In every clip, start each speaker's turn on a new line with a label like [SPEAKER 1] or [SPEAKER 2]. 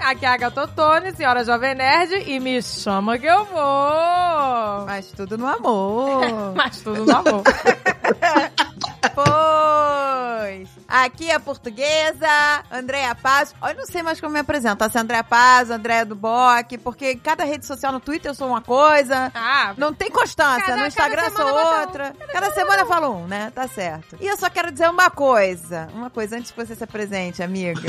[SPEAKER 1] aqui é a Agatha Ottoni, senhora Jovem Nerd, e me chama que eu vou!
[SPEAKER 2] Mas tudo no amor.
[SPEAKER 1] Mas tudo no amor.
[SPEAKER 2] pois. Aqui é a portuguesa, Andréia Paz. Ó, Eu não sei mais como me apresentar, se é Andréia Paz, Andréia do Boc, porque em cada rede social no Twitter eu sou uma coisa.
[SPEAKER 1] Ah,
[SPEAKER 2] Não tem constância,
[SPEAKER 1] Cada-
[SPEAKER 2] no Instagram
[SPEAKER 1] cada
[SPEAKER 2] eu sou
[SPEAKER 1] semana bota um.
[SPEAKER 2] outra. Cada, semana fala um, né? Tá certo. E eu só quero dizer uma coisa. Uma coisa antes que você se apresente, amiga.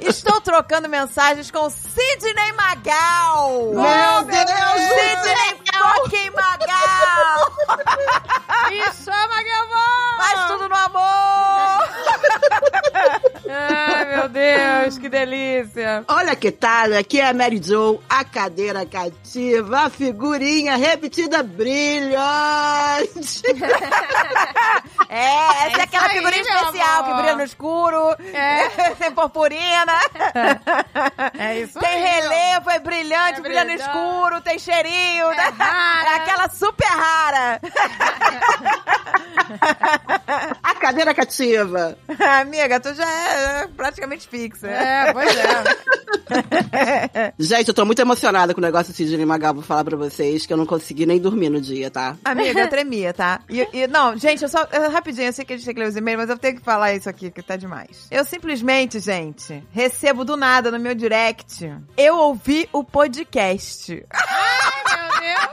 [SPEAKER 2] Estou trocando mensagens com Sidney Magal!
[SPEAKER 3] Meu Deus do
[SPEAKER 2] Sidney fucking Magal!
[SPEAKER 1] me chama que eu vou!
[SPEAKER 2] Faz tudo no amor!
[SPEAKER 1] Ai, meu Deus, que delícia!
[SPEAKER 3] Olha que tal, aqui é a Mary Jo, a cadeira cativa, a figurinha repetida brilhante.
[SPEAKER 2] É, essa é,
[SPEAKER 1] isso
[SPEAKER 2] aquela
[SPEAKER 1] aí,
[SPEAKER 2] figurinha
[SPEAKER 1] meu
[SPEAKER 2] especial
[SPEAKER 1] amor.
[SPEAKER 2] que brilha no escuro,
[SPEAKER 1] É.
[SPEAKER 2] tem purpurina,
[SPEAKER 1] É isso
[SPEAKER 2] tem
[SPEAKER 1] aí,
[SPEAKER 2] relevo, é brilhante,
[SPEAKER 1] É
[SPEAKER 2] brilha no
[SPEAKER 1] brilhante.
[SPEAKER 2] escuro, tem cheirinho.
[SPEAKER 1] É rara.
[SPEAKER 2] É aquela super rara.
[SPEAKER 3] A cadeira cativa.
[SPEAKER 2] Amiga, tu já é é, praticamente fixa.
[SPEAKER 1] É, pois é.
[SPEAKER 3] Gente, eu tô muito emocionada com o negócio de Sidney Magal, vou falar pra vocês que eu não consegui nem dormir no dia, tá?
[SPEAKER 2] Amiga, eu tremia, tá? E, e- não, gente, eu só. eu- rapidinho, eu sei que a gente tem que ler os e-mails, mas eu tenho que falar isso aqui, que tá demais. Eu simplesmente, gente, recebo do nada no meu direct. Eu ouvi o podcast.
[SPEAKER 1] Ai, meu Deus!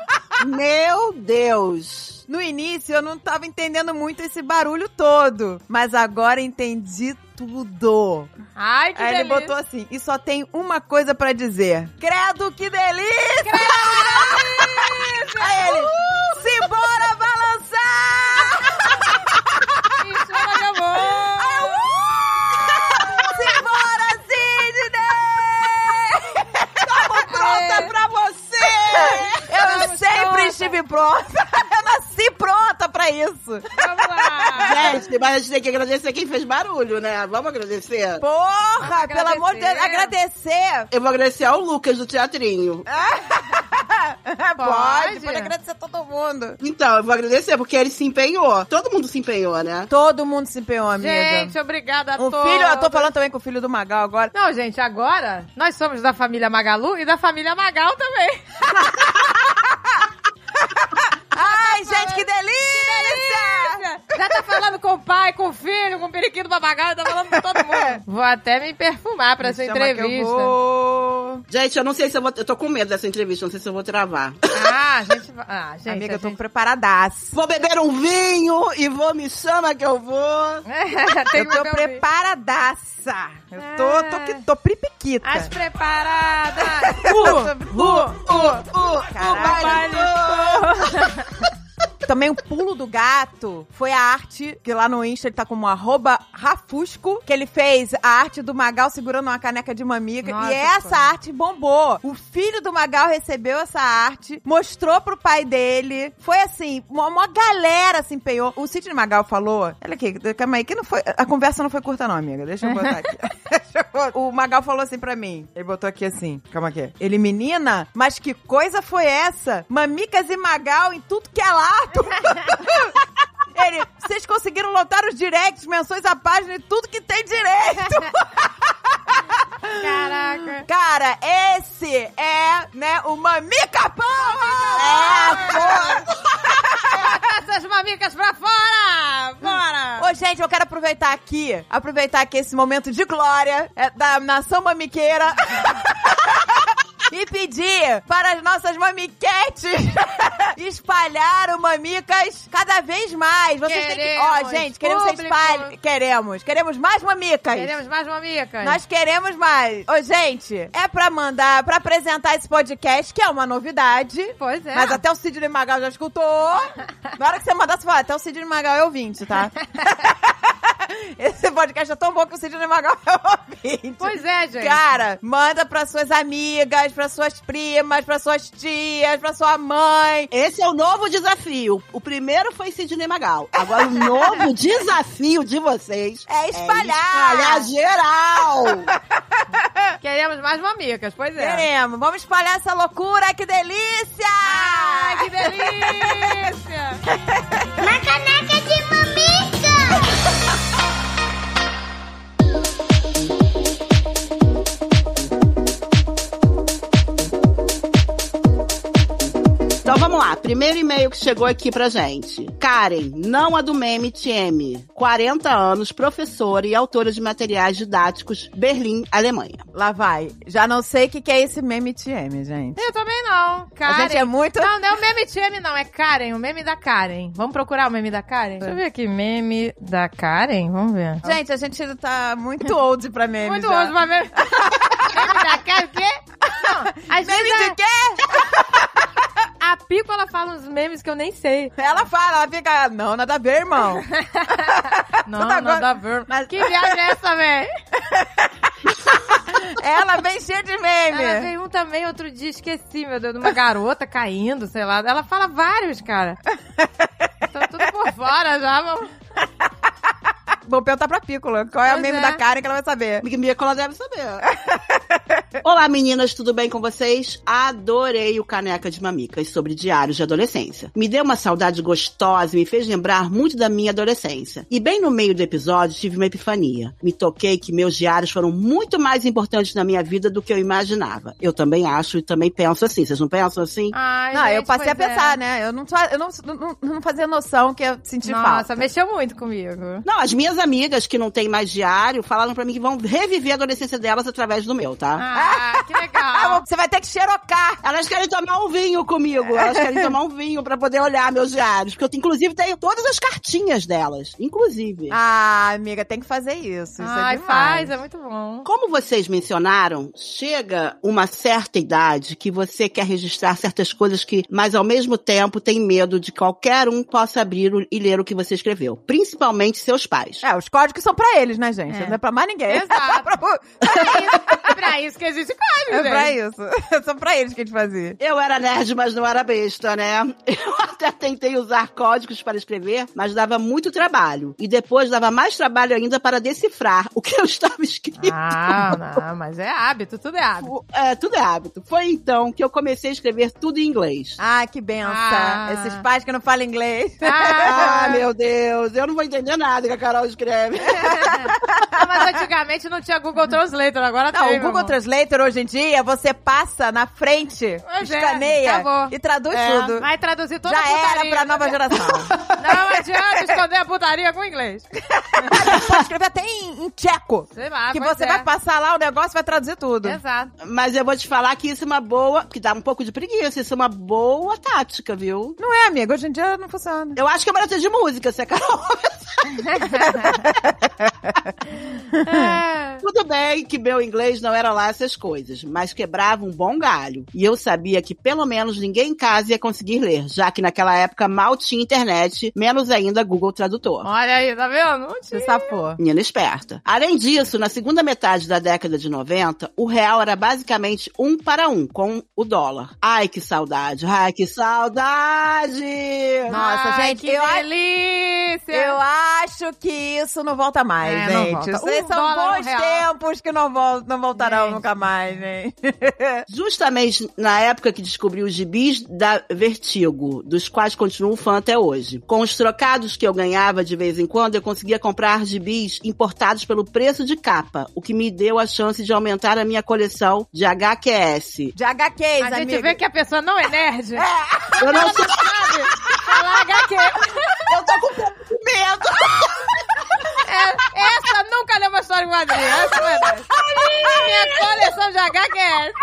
[SPEAKER 3] Meu Deus!
[SPEAKER 2] No início eu não tava entendendo muito esse barulho todo, mas agora entendi tudo.
[SPEAKER 1] Ai, que
[SPEAKER 2] Aí ele
[SPEAKER 1] delícia!
[SPEAKER 2] botou assim, e só tem uma coisa pra dizer. Credo que delícia! Aí ele, se bora balançar!
[SPEAKER 1] Me chama que eu vou!
[SPEAKER 2] Se bora, Sidney!
[SPEAKER 3] Pronta pra você!
[SPEAKER 2] É. Eu
[SPEAKER 1] Vamos
[SPEAKER 2] sempre
[SPEAKER 1] pronta.
[SPEAKER 2] estive pronta! Eu nasci pronta pra isso!
[SPEAKER 1] Vamos lá!
[SPEAKER 3] Gente, mas a gente tem que agradecer quem fez barulho, né? Vamos agradecer?
[SPEAKER 2] Porra, pelo amor de Deus, agradecer!
[SPEAKER 3] Eu vou agradecer ao Lucas do Teatrinho.
[SPEAKER 2] Pode,
[SPEAKER 1] Pode.
[SPEAKER 2] pode agradecer a todo mundo!
[SPEAKER 3] Então, eu vou agradecer porque ele se empenhou. Todo mundo se empenhou, né?
[SPEAKER 2] Todo mundo se empenhou, amiga.
[SPEAKER 1] Gente, obrigada a
[SPEAKER 2] o
[SPEAKER 1] todos!
[SPEAKER 2] filho, eu tô falando também com o filho do Magal agora.
[SPEAKER 1] Não, gente, agora nós somos da família Magalu e da família Magal também. Ah, tá
[SPEAKER 2] Ai, gente, que delícia!
[SPEAKER 1] Já tá falando com o pai, com o filho, com o periquito papagaio, tá falando com todo mundo. Vou até me perfumar pra essa
[SPEAKER 2] É. Chama é que eu
[SPEAKER 1] entrevista.
[SPEAKER 2] vou.
[SPEAKER 3] Gente, eu não sei se eu vou. Eu tô com medo dessa entrevista, não sei se eu vou travar.
[SPEAKER 1] Ah, gente, va- ah, gente,
[SPEAKER 2] Amiga,
[SPEAKER 1] a
[SPEAKER 2] eu tô
[SPEAKER 1] gente-
[SPEAKER 2] preparadaço.
[SPEAKER 3] Vou beber um vinho e vou me chama que eu vou.
[SPEAKER 1] Tem
[SPEAKER 2] Eu
[SPEAKER 1] que beber
[SPEAKER 2] tô
[SPEAKER 1] um vinho.
[SPEAKER 2] preparadaça. Eu tô, tô que tô pripiquita.
[SPEAKER 1] É. As preparadas.
[SPEAKER 2] Uh, uh,
[SPEAKER 3] O
[SPEAKER 2] Caralho. Também o pulo do gato foi a arte, que lá no Insta ele tá como arroba Rafusco, que ele fez a arte do Magal segurando uma caneca de mamiga.
[SPEAKER 1] Nossa,
[SPEAKER 2] e essa
[SPEAKER 1] cara.
[SPEAKER 2] arte bombou. O filho do Magal recebeu essa arte, mostrou pro pai dele. Foi assim, uma, uma galera se empenhou. O Sidney Magal falou... Olha aqui, calma aí, que não foi... A conversa não foi curta não, amiga. Deixa eu botar aqui. Deixa eu botar. o Magal falou assim pra mim. Ele botou aqui assim, calma aqui. Ele, menina, mas que coisa foi essa? Mamicas e Magal em tudo que é lado. Ele, vocês conseguiram lotar os directs, menções à página e tudo que tem direito.
[SPEAKER 1] Caraca.
[SPEAKER 2] Cara, esse é, né, o Mamica Power!
[SPEAKER 1] Essas mamicas pra fora! Bora!
[SPEAKER 2] Ô, gente, eu quero aproveitar aqui, aproveitar aqui esse momento de glória é, da nação mamiqueira. E pedir para as nossas mamiquetes espalhar o mamicas cada vez mais. Vocês têm que. Ó,
[SPEAKER 1] Queremos
[SPEAKER 2] gente, queremos que vocês
[SPEAKER 1] público.
[SPEAKER 2] espalhem. Queremos. Queremos mais mamicas.
[SPEAKER 1] Queremos mais mamicas.
[SPEAKER 2] Nós queremos mais. Ô, gente, é pra mandar, pra apresentar esse podcast, que é uma novidade.
[SPEAKER 1] Pois é.
[SPEAKER 2] Mas até o Sidney Magal já escutou. Na hora que você mandar, você fala, até o Sidney Magal é ouvinte, tá? Esse podcast é tão bom que o Sidney Magal é ouvinte.
[SPEAKER 1] Pois é, gente.
[SPEAKER 2] Cara, manda pras suas amigas, pras suas primas, pras suas tias, pra sua mãe.
[SPEAKER 3] Esse é o novo desafio. O primeiro foi Sidney Magal. Agora o novo desafio de vocês
[SPEAKER 2] É espalhar.
[SPEAKER 3] espalhar geral.
[SPEAKER 1] Queremos mais mamicas, pois é.
[SPEAKER 2] Queremos. Vamos espalhar essa loucura. Que delícia!
[SPEAKER 1] Ai, que delícia!
[SPEAKER 4] Uma caneca de mamica!
[SPEAKER 3] Então, Primeiro e-mail que chegou aqui pra gente. Karen, não a do meme TM. 40 anos, professora e autora de materiais didáticos, Berlim, Alemanha.
[SPEAKER 2] Lá vai. Já não sei o que, que é esse meme TM, gente.
[SPEAKER 1] Eu também não. Karen.
[SPEAKER 2] A gente é muito.
[SPEAKER 1] Não, não é o meme TM, não. É Karen, o meme da Karen. Vamos procurar o meme da Karen? Deixa eu ver aqui. Meme da Karen? Vamos ver.
[SPEAKER 2] Gente, a gente tá muito old pra meme.
[SPEAKER 1] então, Muito
[SPEAKER 2] já.
[SPEAKER 1] hoje, mas meme. meme da Karen, o quê? Não, às
[SPEAKER 2] Meme
[SPEAKER 1] vezes a-
[SPEAKER 2] de quê?
[SPEAKER 1] a Pico ela fala uns memes que eu nem sei.
[SPEAKER 2] Ela fala, ela fica. Não, nada a ver, irmão.
[SPEAKER 1] Não,
[SPEAKER 2] Toda
[SPEAKER 1] não
[SPEAKER 2] agora-
[SPEAKER 1] dá ver.
[SPEAKER 2] Mas-
[SPEAKER 1] Que viagem é essa, velho?
[SPEAKER 2] ela vem cheia de
[SPEAKER 1] Ela
[SPEAKER 2] meme.
[SPEAKER 1] veio um também outro dia, esqueci, meu Deus, de uma garota caindo, sei lá. Ela fala vários, cara. Tô tudo por fora já, meu.
[SPEAKER 2] Vou perguntar pra Pícola qual é o
[SPEAKER 1] Pois
[SPEAKER 2] meme
[SPEAKER 1] é.
[SPEAKER 2] da Karen que ela vai saber.
[SPEAKER 3] Big Micola deve saber. Olá, meninas, tudo bem com vocês? Adorei o Caneca de Mamicas sobre diários de adolescência. Me deu uma saudade gostosa e me fez lembrar muito da minha adolescência. E bem no meio do episódio tive uma epifania. Me toquei que meus diários foram muito mais importantes na minha vida do que eu imaginava. Eu também acho e também penso assim. Vocês não pensam assim?
[SPEAKER 1] Ai,
[SPEAKER 2] Não, eu
[SPEAKER 1] gente,
[SPEAKER 2] passei a
[SPEAKER 1] pois é.
[SPEAKER 2] pensar, né? Eu não, fa- eu não, não, não fazia noção que eu senti
[SPEAKER 1] Nossa,
[SPEAKER 2] falta.
[SPEAKER 1] mexeu muito comigo.
[SPEAKER 3] Não, as minhas amigas que não têm mais diário falaram pra mim que vão reviver a adolescência delas através do meu, tá?
[SPEAKER 1] Ah, que
[SPEAKER 2] Ah,
[SPEAKER 1] legal.
[SPEAKER 2] você vai ter que xerocar.
[SPEAKER 3] Elas querem tomar um vinho comigo. Elas querem tomar um vinho pra poder olhar meus diários. Porque eu, inclusive, tenho todas as cartinhas delas. Inclusive.
[SPEAKER 2] Ah, amiga, tem que fazer isso. Isso
[SPEAKER 1] Ai,
[SPEAKER 2] é demais.
[SPEAKER 1] faz, é muito bom.
[SPEAKER 3] Como vocês mencionaram, chega uma certa idade que você quer registrar certas coisas que, mas ao mesmo tempo tem medo de qualquer um possa abrir o- e ler o que você escreveu, principalmente seus pais.
[SPEAKER 2] É, os códigos são pra eles, né, gente?
[SPEAKER 1] É.
[SPEAKER 2] Não é pra mais ninguém.
[SPEAKER 1] Exato.
[SPEAKER 2] É
[SPEAKER 1] Pra isso,
[SPEAKER 2] pra,
[SPEAKER 1] pra isso que existe código,
[SPEAKER 2] é
[SPEAKER 1] gente.
[SPEAKER 2] pra isso. São pra eles que a gente fazia.
[SPEAKER 3] Eu era nerd, mas não era besta, né? Eu até tentei usar códigos para escrever, mas dava muito trabalho. E depois dava mais trabalho ainda para decifrar o que eu estava escrito.
[SPEAKER 1] Ah, não, mas é hábito, tudo é hábito.
[SPEAKER 3] É, tudo é hábito. Foi então que eu comecei a escrever tudo em inglês.
[SPEAKER 2] Ah, que benção.
[SPEAKER 1] Ah.
[SPEAKER 2] Esses pais que não falam inglês.
[SPEAKER 3] Ah,
[SPEAKER 1] Ah,
[SPEAKER 3] meu Deus, eu não vou entender nada que a Carol escreve.
[SPEAKER 1] mas antigamente não tinha Google Translator, agora
[SPEAKER 2] Não,
[SPEAKER 1] tem.
[SPEAKER 2] o
[SPEAKER 1] meu
[SPEAKER 2] Google
[SPEAKER 1] amor.
[SPEAKER 2] Translator hoje em dia, você passa na frente,
[SPEAKER 1] Pois é,
[SPEAKER 2] escaneia
[SPEAKER 1] acabou.
[SPEAKER 2] e traduz
[SPEAKER 3] É.
[SPEAKER 2] tudo.
[SPEAKER 1] Vai traduzir toda a
[SPEAKER 2] Já
[SPEAKER 1] putaria. né,
[SPEAKER 2] era pra nova geração.
[SPEAKER 1] Não adianta esconder a putaria com inglês.
[SPEAKER 2] Pode escrever até em, em tcheco.
[SPEAKER 1] Sei lá,
[SPEAKER 2] que
[SPEAKER 1] pois
[SPEAKER 2] você
[SPEAKER 1] é.
[SPEAKER 2] vai passar lá o negócio e vai traduzir tudo.
[SPEAKER 1] Exato.
[SPEAKER 3] Mas eu vou te falar que isso é uma boa, que dá um pouco de preguiça, isso é uma boa tática, viu?
[SPEAKER 2] Não é, amiga? Hoje em dia não funciona.
[SPEAKER 3] Eu acho que é uma letra de música, se a Carol.
[SPEAKER 1] É.
[SPEAKER 3] Tudo bem que meu inglês não era lá essas coisas, mas quebrava um bom galho. E eu sabia que pelo menos ninguém em casa ia conseguir ler, já que naquela época mal tinha internet, menos ainda Google Tradutor.
[SPEAKER 1] Olha aí, tá vendo? Não
[SPEAKER 2] Você
[SPEAKER 1] tinha.
[SPEAKER 2] safou.
[SPEAKER 3] Menina esperta. Além disso, na segunda metade da década de 90, o real era basicamente um para um com o dólar. Ai, que saudade! Ai, que saudade!
[SPEAKER 2] Nossa,
[SPEAKER 1] Ai,
[SPEAKER 2] gente,
[SPEAKER 1] que
[SPEAKER 2] eu acho-
[SPEAKER 1] delícia!
[SPEAKER 2] Eu acho que isso não volta mais,
[SPEAKER 1] É, não
[SPEAKER 2] gente.
[SPEAKER 1] volta.
[SPEAKER 2] Vocês
[SPEAKER 1] Um
[SPEAKER 2] são
[SPEAKER 1] dólar, um
[SPEAKER 2] bons
[SPEAKER 1] real.
[SPEAKER 2] tempos que não, vol não voltarão
[SPEAKER 1] Gente.
[SPEAKER 2] nunca mais, gente.
[SPEAKER 3] Justamente na época que descobri os gibis da Vertigo, dos quais continuo fã até hoje. Com os trocados que eu ganhava de vez em quando, eu conseguia comprar gibis importados pelo preço de capa, o que me deu a chance de aumentar a minha coleção de HQS.
[SPEAKER 2] De HQs,
[SPEAKER 1] a gente
[SPEAKER 2] amiga.
[SPEAKER 1] vê que a pessoa não é nerd. É.
[SPEAKER 3] Eu não sou...
[SPEAKER 1] Sabe? Falar HQ.
[SPEAKER 3] Eu tô com um pouco de medo!
[SPEAKER 1] É, essa nunca leu uma história em quadrinho. Essa não é nerd. Minha coleção de HQ é essa.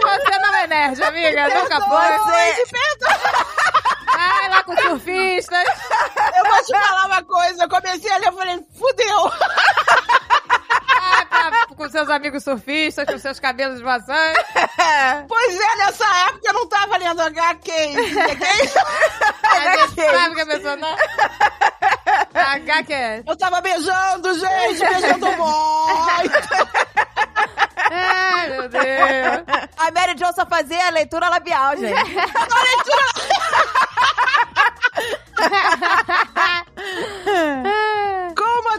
[SPEAKER 1] Você não é nerd, amiga. Nunca foi.
[SPEAKER 2] Você...
[SPEAKER 1] Vai lá com os surfistas.
[SPEAKER 3] Eu vou te falar uma coisa, eu comecei a ler, eu falei, fudeu!
[SPEAKER 1] Vai pra, com seus amigos surfistas, com seus cabelos de maçã.
[SPEAKER 3] Pois é, nessa época eu não tava lendo HQ.
[SPEAKER 1] A gente
[SPEAKER 2] É
[SPEAKER 1] sabe que a pessoa tá não. HQ.
[SPEAKER 3] Eu tava beijando, gente, beijando muito!
[SPEAKER 1] Ai, meu Deus.
[SPEAKER 2] A Mary Jo só fazia a leitura labial, gente.
[SPEAKER 3] Como adolescente,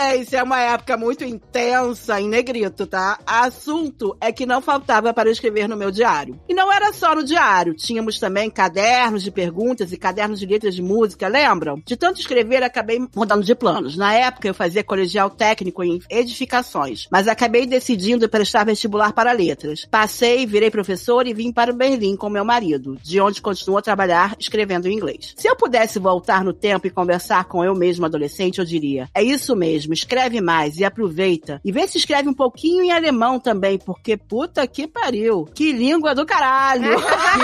[SPEAKER 3] adolescência é uma época muito intensa, em negrito, tá? Assunto é que não faltava para eu escrever no meu diário. E não era só no diário, tínhamos também cadernos de perguntas e cadernos de letras de música, lembram? De tanto escrever, acabei mudando de planos. Na época, eu fazia colegial técnico em edificações, mas acabei decidindo prestar vestibular para letras. Passei, virei professor e vim para Berlim com meu marido, de onde continuo a trabalhar escrevendo em inglês. Se eu pudesse voltar no tempo e conversar com eu mesmo adolescente, eu diria: é isso mesmo, escreve mais e aproveita. E vê se escreve um pouquinho em alemão também, porque puta que pariu. Que língua do caralho.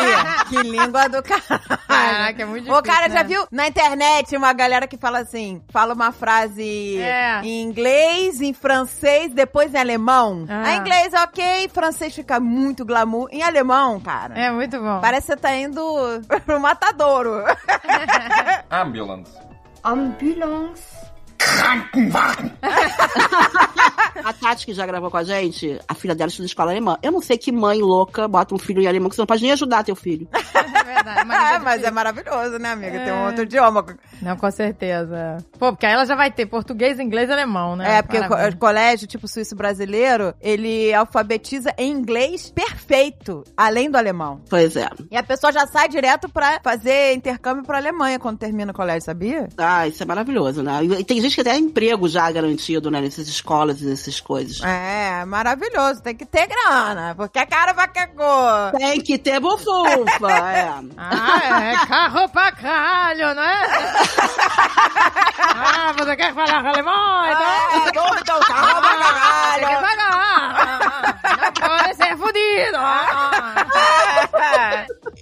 [SPEAKER 2] que língua do caralho.
[SPEAKER 1] Caraca, é muito difícil.
[SPEAKER 2] Ô, cara, já
[SPEAKER 1] né?
[SPEAKER 2] viu na internet uma galera que fala assim, fala uma frase
[SPEAKER 1] É.
[SPEAKER 2] em inglês, em francês, depois em alemão.
[SPEAKER 1] Ah.
[SPEAKER 2] Em inglês, ok, em francês fica muito glamour. Em alemão, cara,
[SPEAKER 1] É muito bom.
[SPEAKER 2] parece que você tá indo pro matadouro.
[SPEAKER 5] Ambulance.
[SPEAKER 4] Ambulance.
[SPEAKER 3] A Tati, que já gravou com a gente, a filha dela estuda escola alemã. Eu não sei que mãe louca bota um filho em alemão que você não pode nem ajudar teu filho.
[SPEAKER 1] É verdade. Mas,
[SPEAKER 2] Ah, mas é maravilhoso, né, amiga? Tem um
[SPEAKER 1] É.
[SPEAKER 2] outro idioma.
[SPEAKER 1] Não, com certeza. Pô, porque aí ela já vai ter português, inglês e alemão, né?
[SPEAKER 2] É, porque o co-
[SPEAKER 1] Maravilha.
[SPEAKER 2] o colégio, tipo suíço brasileiro, ele alfabetiza em inglês perfeito, além do alemão.
[SPEAKER 3] Pois é.
[SPEAKER 2] E a pessoa já sai direto pra fazer intercâmbio pra Alemanha quando termina o colégio, sabia?
[SPEAKER 3] Ah, isso é maravilhoso, né? E tem gente que até tem emprego já garantido, né? Nessas escolas e nessas coisas.
[SPEAKER 2] É, maravilhoso. Tem que ter grana, porque é a cara vai cagou.
[SPEAKER 3] Tem que ter bufufa, é.
[SPEAKER 1] Ah, é carro pra caralho, não é? ah, você quer falar alemão? Então...
[SPEAKER 2] É, doido, calma,
[SPEAKER 1] Ah, tem que
[SPEAKER 2] caralho.
[SPEAKER 1] pagar! Ah, Não pode ser fudido! Ah,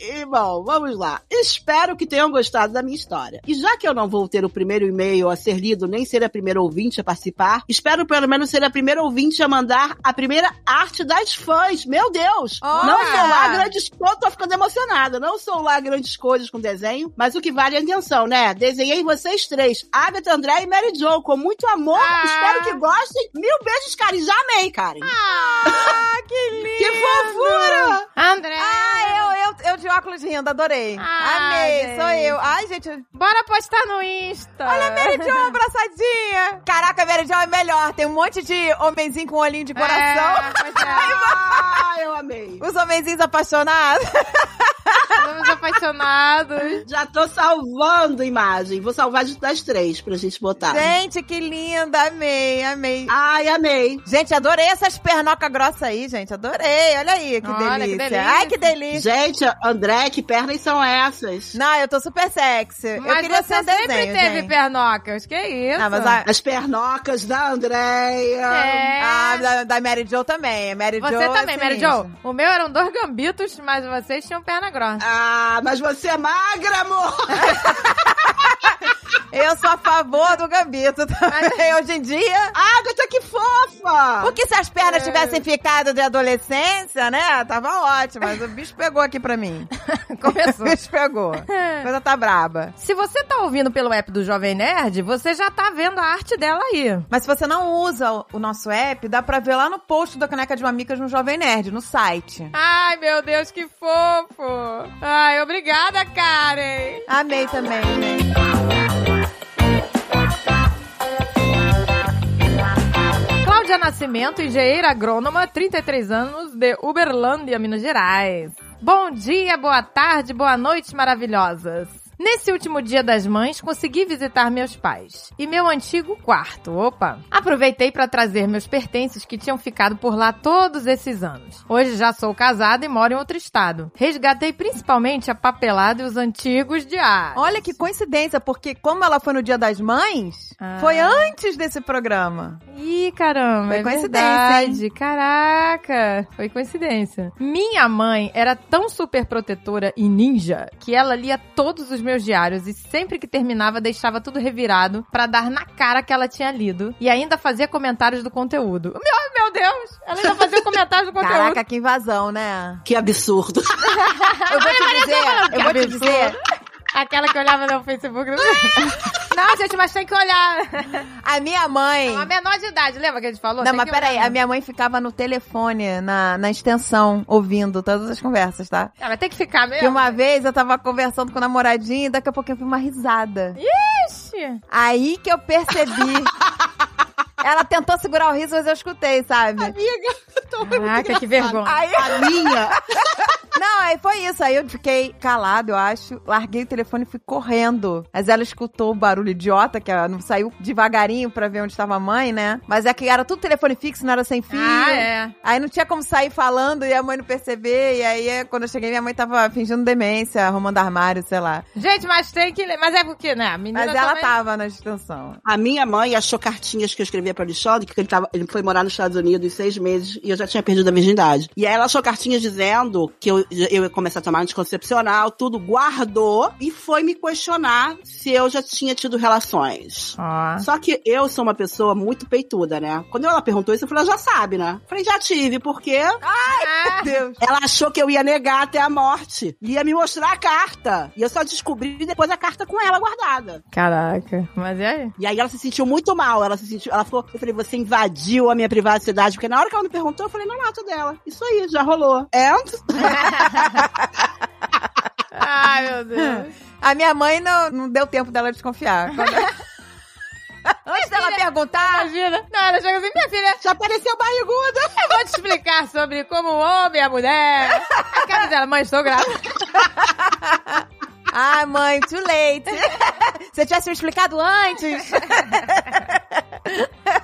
[SPEAKER 3] E bom, vamos lá. Espero que tenham gostado da minha história. E já que eu não vou ter o primeiro e-mail a ser lido, nem ser a primeira ouvinte a participar, espero pelo menos ser a primeira ouvinte a mandar a primeira arte das fãs. Meu Deus!
[SPEAKER 2] Olha!
[SPEAKER 3] Não sou lá grandes coisas, tô ficando emocionada. Não sou lá grandes coisas com desenho, mas o que vale é a intenção, né? Desenhei vocês três, Agatha, André e Mary Jo, com muito amor.
[SPEAKER 1] Ah!
[SPEAKER 3] Espero que gostem. Mil beijos, Karen. Já amei, Karen.
[SPEAKER 2] Ah, que lindo.
[SPEAKER 3] que fofura!
[SPEAKER 1] André,
[SPEAKER 2] Ah, eu, eu, eu de óculos de renda, adorei.
[SPEAKER 1] Ah,
[SPEAKER 2] Amei, sou
[SPEAKER 1] gente.
[SPEAKER 2] eu. Ai, gente,
[SPEAKER 1] bora postar no Insta!
[SPEAKER 2] olha a Mary Jo abraçadinha. Caraca, a Mary Jo é melhor. Tem um monte de homenzinho com olhinho de coração.
[SPEAKER 1] É, pois é.
[SPEAKER 3] Ah, eu amei.
[SPEAKER 2] Os homenzinhos apaixonados.
[SPEAKER 1] Estamos apaixonados!
[SPEAKER 3] Já tô salvando a imagem. Vou salvar de- das três pra gente
[SPEAKER 1] Tá.
[SPEAKER 3] botar.
[SPEAKER 2] Gente, que linda. Amei, amei.
[SPEAKER 3] Ai, amei.
[SPEAKER 2] Gente, adorei essas pernocas grossas aí, gente. Adorei. Olha aí, que,
[SPEAKER 1] Olha, que
[SPEAKER 2] delícia.
[SPEAKER 1] delícia.
[SPEAKER 2] Ai, que delícia.
[SPEAKER 3] Gente, André, que pernas são essas?
[SPEAKER 2] Não, eu tô super sexy. eu
[SPEAKER 1] Mas
[SPEAKER 2] queria
[SPEAKER 1] você
[SPEAKER 2] ser um
[SPEAKER 1] sempre
[SPEAKER 2] desenho,
[SPEAKER 1] teve
[SPEAKER 2] gente.
[SPEAKER 1] pernocas, que isso?
[SPEAKER 2] Ah, mas a,
[SPEAKER 3] As pernocas da Andréia.
[SPEAKER 1] É.
[SPEAKER 2] Ah, a da, da Mary Jo também. A Mary
[SPEAKER 1] Você
[SPEAKER 2] Jo é
[SPEAKER 1] também, Mary
[SPEAKER 2] sinistra.
[SPEAKER 1] Jo. O meu eram dois gambitos, mas vocês tinham perna grossa.
[SPEAKER 3] Ah, mas você é magra, amor!
[SPEAKER 2] Eu sou a favor do gambito também, hoje em dia.
[SPEAKER 3] Agatha, que fofa!
[SPEAKER 2] Porque se as pernas
[SPEAKER 1] É.
[SPEAKER 2] tivessem ficado de adolescência, né? Tava ótimo, mas o bicho pegou aqui pra mim. O
[SPEAKER 1] Começou.
[SPEAKER 2] bicho pegou. A coisa tá braba.
[SPEAKER 1] Se você tá ouvindo pelo app do Jovem Nerd, você já tá vendo a arte dela aí.
[SPEAKER 2] Mas se você não usa o- o nosso app, dá pra ver lá no post da Caneca de Mamicas no Jovem Nerd, no site.
[SPEAKER 1] Ai, meu Deus, que fofo! Ai, obrigada, Karen!
[SPEAKER 2] Amei também, gente.
[SPEAKER 1] Cláudia Nascimento, engenheira agrônoma, 33 anos, de Uberlândia, Minas Gerais. Bom dia, boa tarde, boa noite, maravilhosas. Nesse último dia das mães, consegui visitar meus pais e meu antigo quarto. Opa! Aproveitei para trazer meus pertences que tinham ficado por lá todos esses anos. Hoje já sou casada e moro em outro estado. Resgatei principalmente a papelada e os antigos diários.
[SPEAKER 2] Olha que coincidência, porque como ela foi no Dia das Mães,
[SPEAKER 1] Ah.
[SPEAKER 2] foi antes desse programa.
[SPEAKER 1] Ih, caramba,
[SPEAKER 2] Foi
[SPEAKER 1] é
[SPEAKER 2] coincidência,
[SPEAKER 1] verdade. Caraca, foi coincidência. Minha mãe era tão super protetora e ninja que ela lia todos os meus diários e sempre que terminava deixava tudo revirado pra dar na cara que ela tinha lido e ainda fazia comentários do conteúdo. Meu, meu Deus, ela ainda fazia comentários do conteúdo.
[SPEAKER 2] Caraca, que invasão, né?
[SPEAKER 3] Que absurdo.
[SPEAKER 2] Eu vou te dizer, eu vou te dizer,
[SPEAKER 1] Aquela que olhava no Facebook. né? Não, gente, mas tem que olhar.
[SPEAKER 2] a minha mãe...
[SPEAKER 1] Uma menor de idade, lembra que a gente falou?
[SPEAKER 2] Não,
[SPEAKER 1] Tem
[SPEAKER 2] mas
[SPEAKER 1] que
[SPEAKER 2] peraí,
[SPEAKER 1] olhar.
[SPEAKER 2] a minha mãe ficava no telefone, na, na extensão, ouvindo todas as conversas, tá?
[SPEAKER 1] Ela tem que ficar mesmo.
[SPEAKER 2] Que uma vez eu tava conversando com o namoradinho e daqui a pouco eu vi uma risada.
[SPEAKER 1] Ixi.
[SPEAKER 2] Aí que eu percebi Ela tentou segurar o riso, mas eu escutei, sabe?
[SPEAKER 3] Amiga, eu tô muito
[SPEAKER 1] Caraca, que
[SPEAKER 3] engraçado.
[SPEAKER 1] vergonha.
[SPEAKER 2] Aí...
[SPEAKER 3] A minha
[SPEAKER 2] Não, aí foi isso. Aí eu fiquei calado, eu acho. Larguei o telefone e fui correndo. Mas ela escutou o barulho idiota, que ela não saiu devagarinho pra ver onde estava a mãe, né? Mas é que era tudo telefone fixo, não era sem fio.
[SPEAKER 1] Ah, é.
[SPEAKER 2] Aí não tinha como sair falando e a mãe não perceber. E aí, é, quando eu cheguei, minha mãe tava fingindo demência, arrumando armário, sei lá.
[SPEAKER 1] Gente, mas tem que... le- Mas é porque, né? A menina
[SPEAKER 2] Mas ela
[SPEAKER 1] também...
[SPEAKER 2] tava na extensão.
[SPEAKER 3] A minha mãe achou cartinhas que eu escrevia para o Alexandre, que ele, tava, ele foi morar nos Estados Unidos seis meses e eu já tinha perdido a virgindade. E aí ela achou cartinhas dizendo que eu, eu ia começar a tomar anticoncepcional, tudo, guardou e foi me questionar se eu já tinha tido relações.
[SPEAKER 1] Ó.
[SPEAKER 3] Só que eu sou uma pessoa muito peituda, né? Quando ela perguntou isso, eu falei, ela já sabe, né? Eu falei, já tive, porque
[SPEAKER 1] Ah,
[SPEAKER 2] Deus.
[SPEAKER 3] ela achou que eu ia negar até a morte. Ia me mostrar a carta. E eu só descobri depois a carta com ela guardada.
[SPEAKER 1] Caraca. Mas e aí?
[SPEAKER 3] E aí ela se sentiu muito mal, ela se sentiu, ela ficou, eu falei, você invadiu a minha privacidade, porque na hora que ela me perguntou, eu falei, não mato dela. Isso aí, já rolou. É, And?
[SPEAKER 1] Ai, meu Deus.
[SPEAKER 2] A minha mãe não, não deu tempo dela desconfiar. Quando- Antes dela perguntar,
[SPEAKER 1] Imagina. Não, ela chega assim, minha filha,
[SPEAKER 3] Já apareceu barriguda.
[SPEAKER 1] eu vou te explicar sobre como o homem e a mulher... A cara dela, mãe, estou grávida.
[SPEAKER 2] Ai, mãe, too late. Se eu tivesse me explicado antes.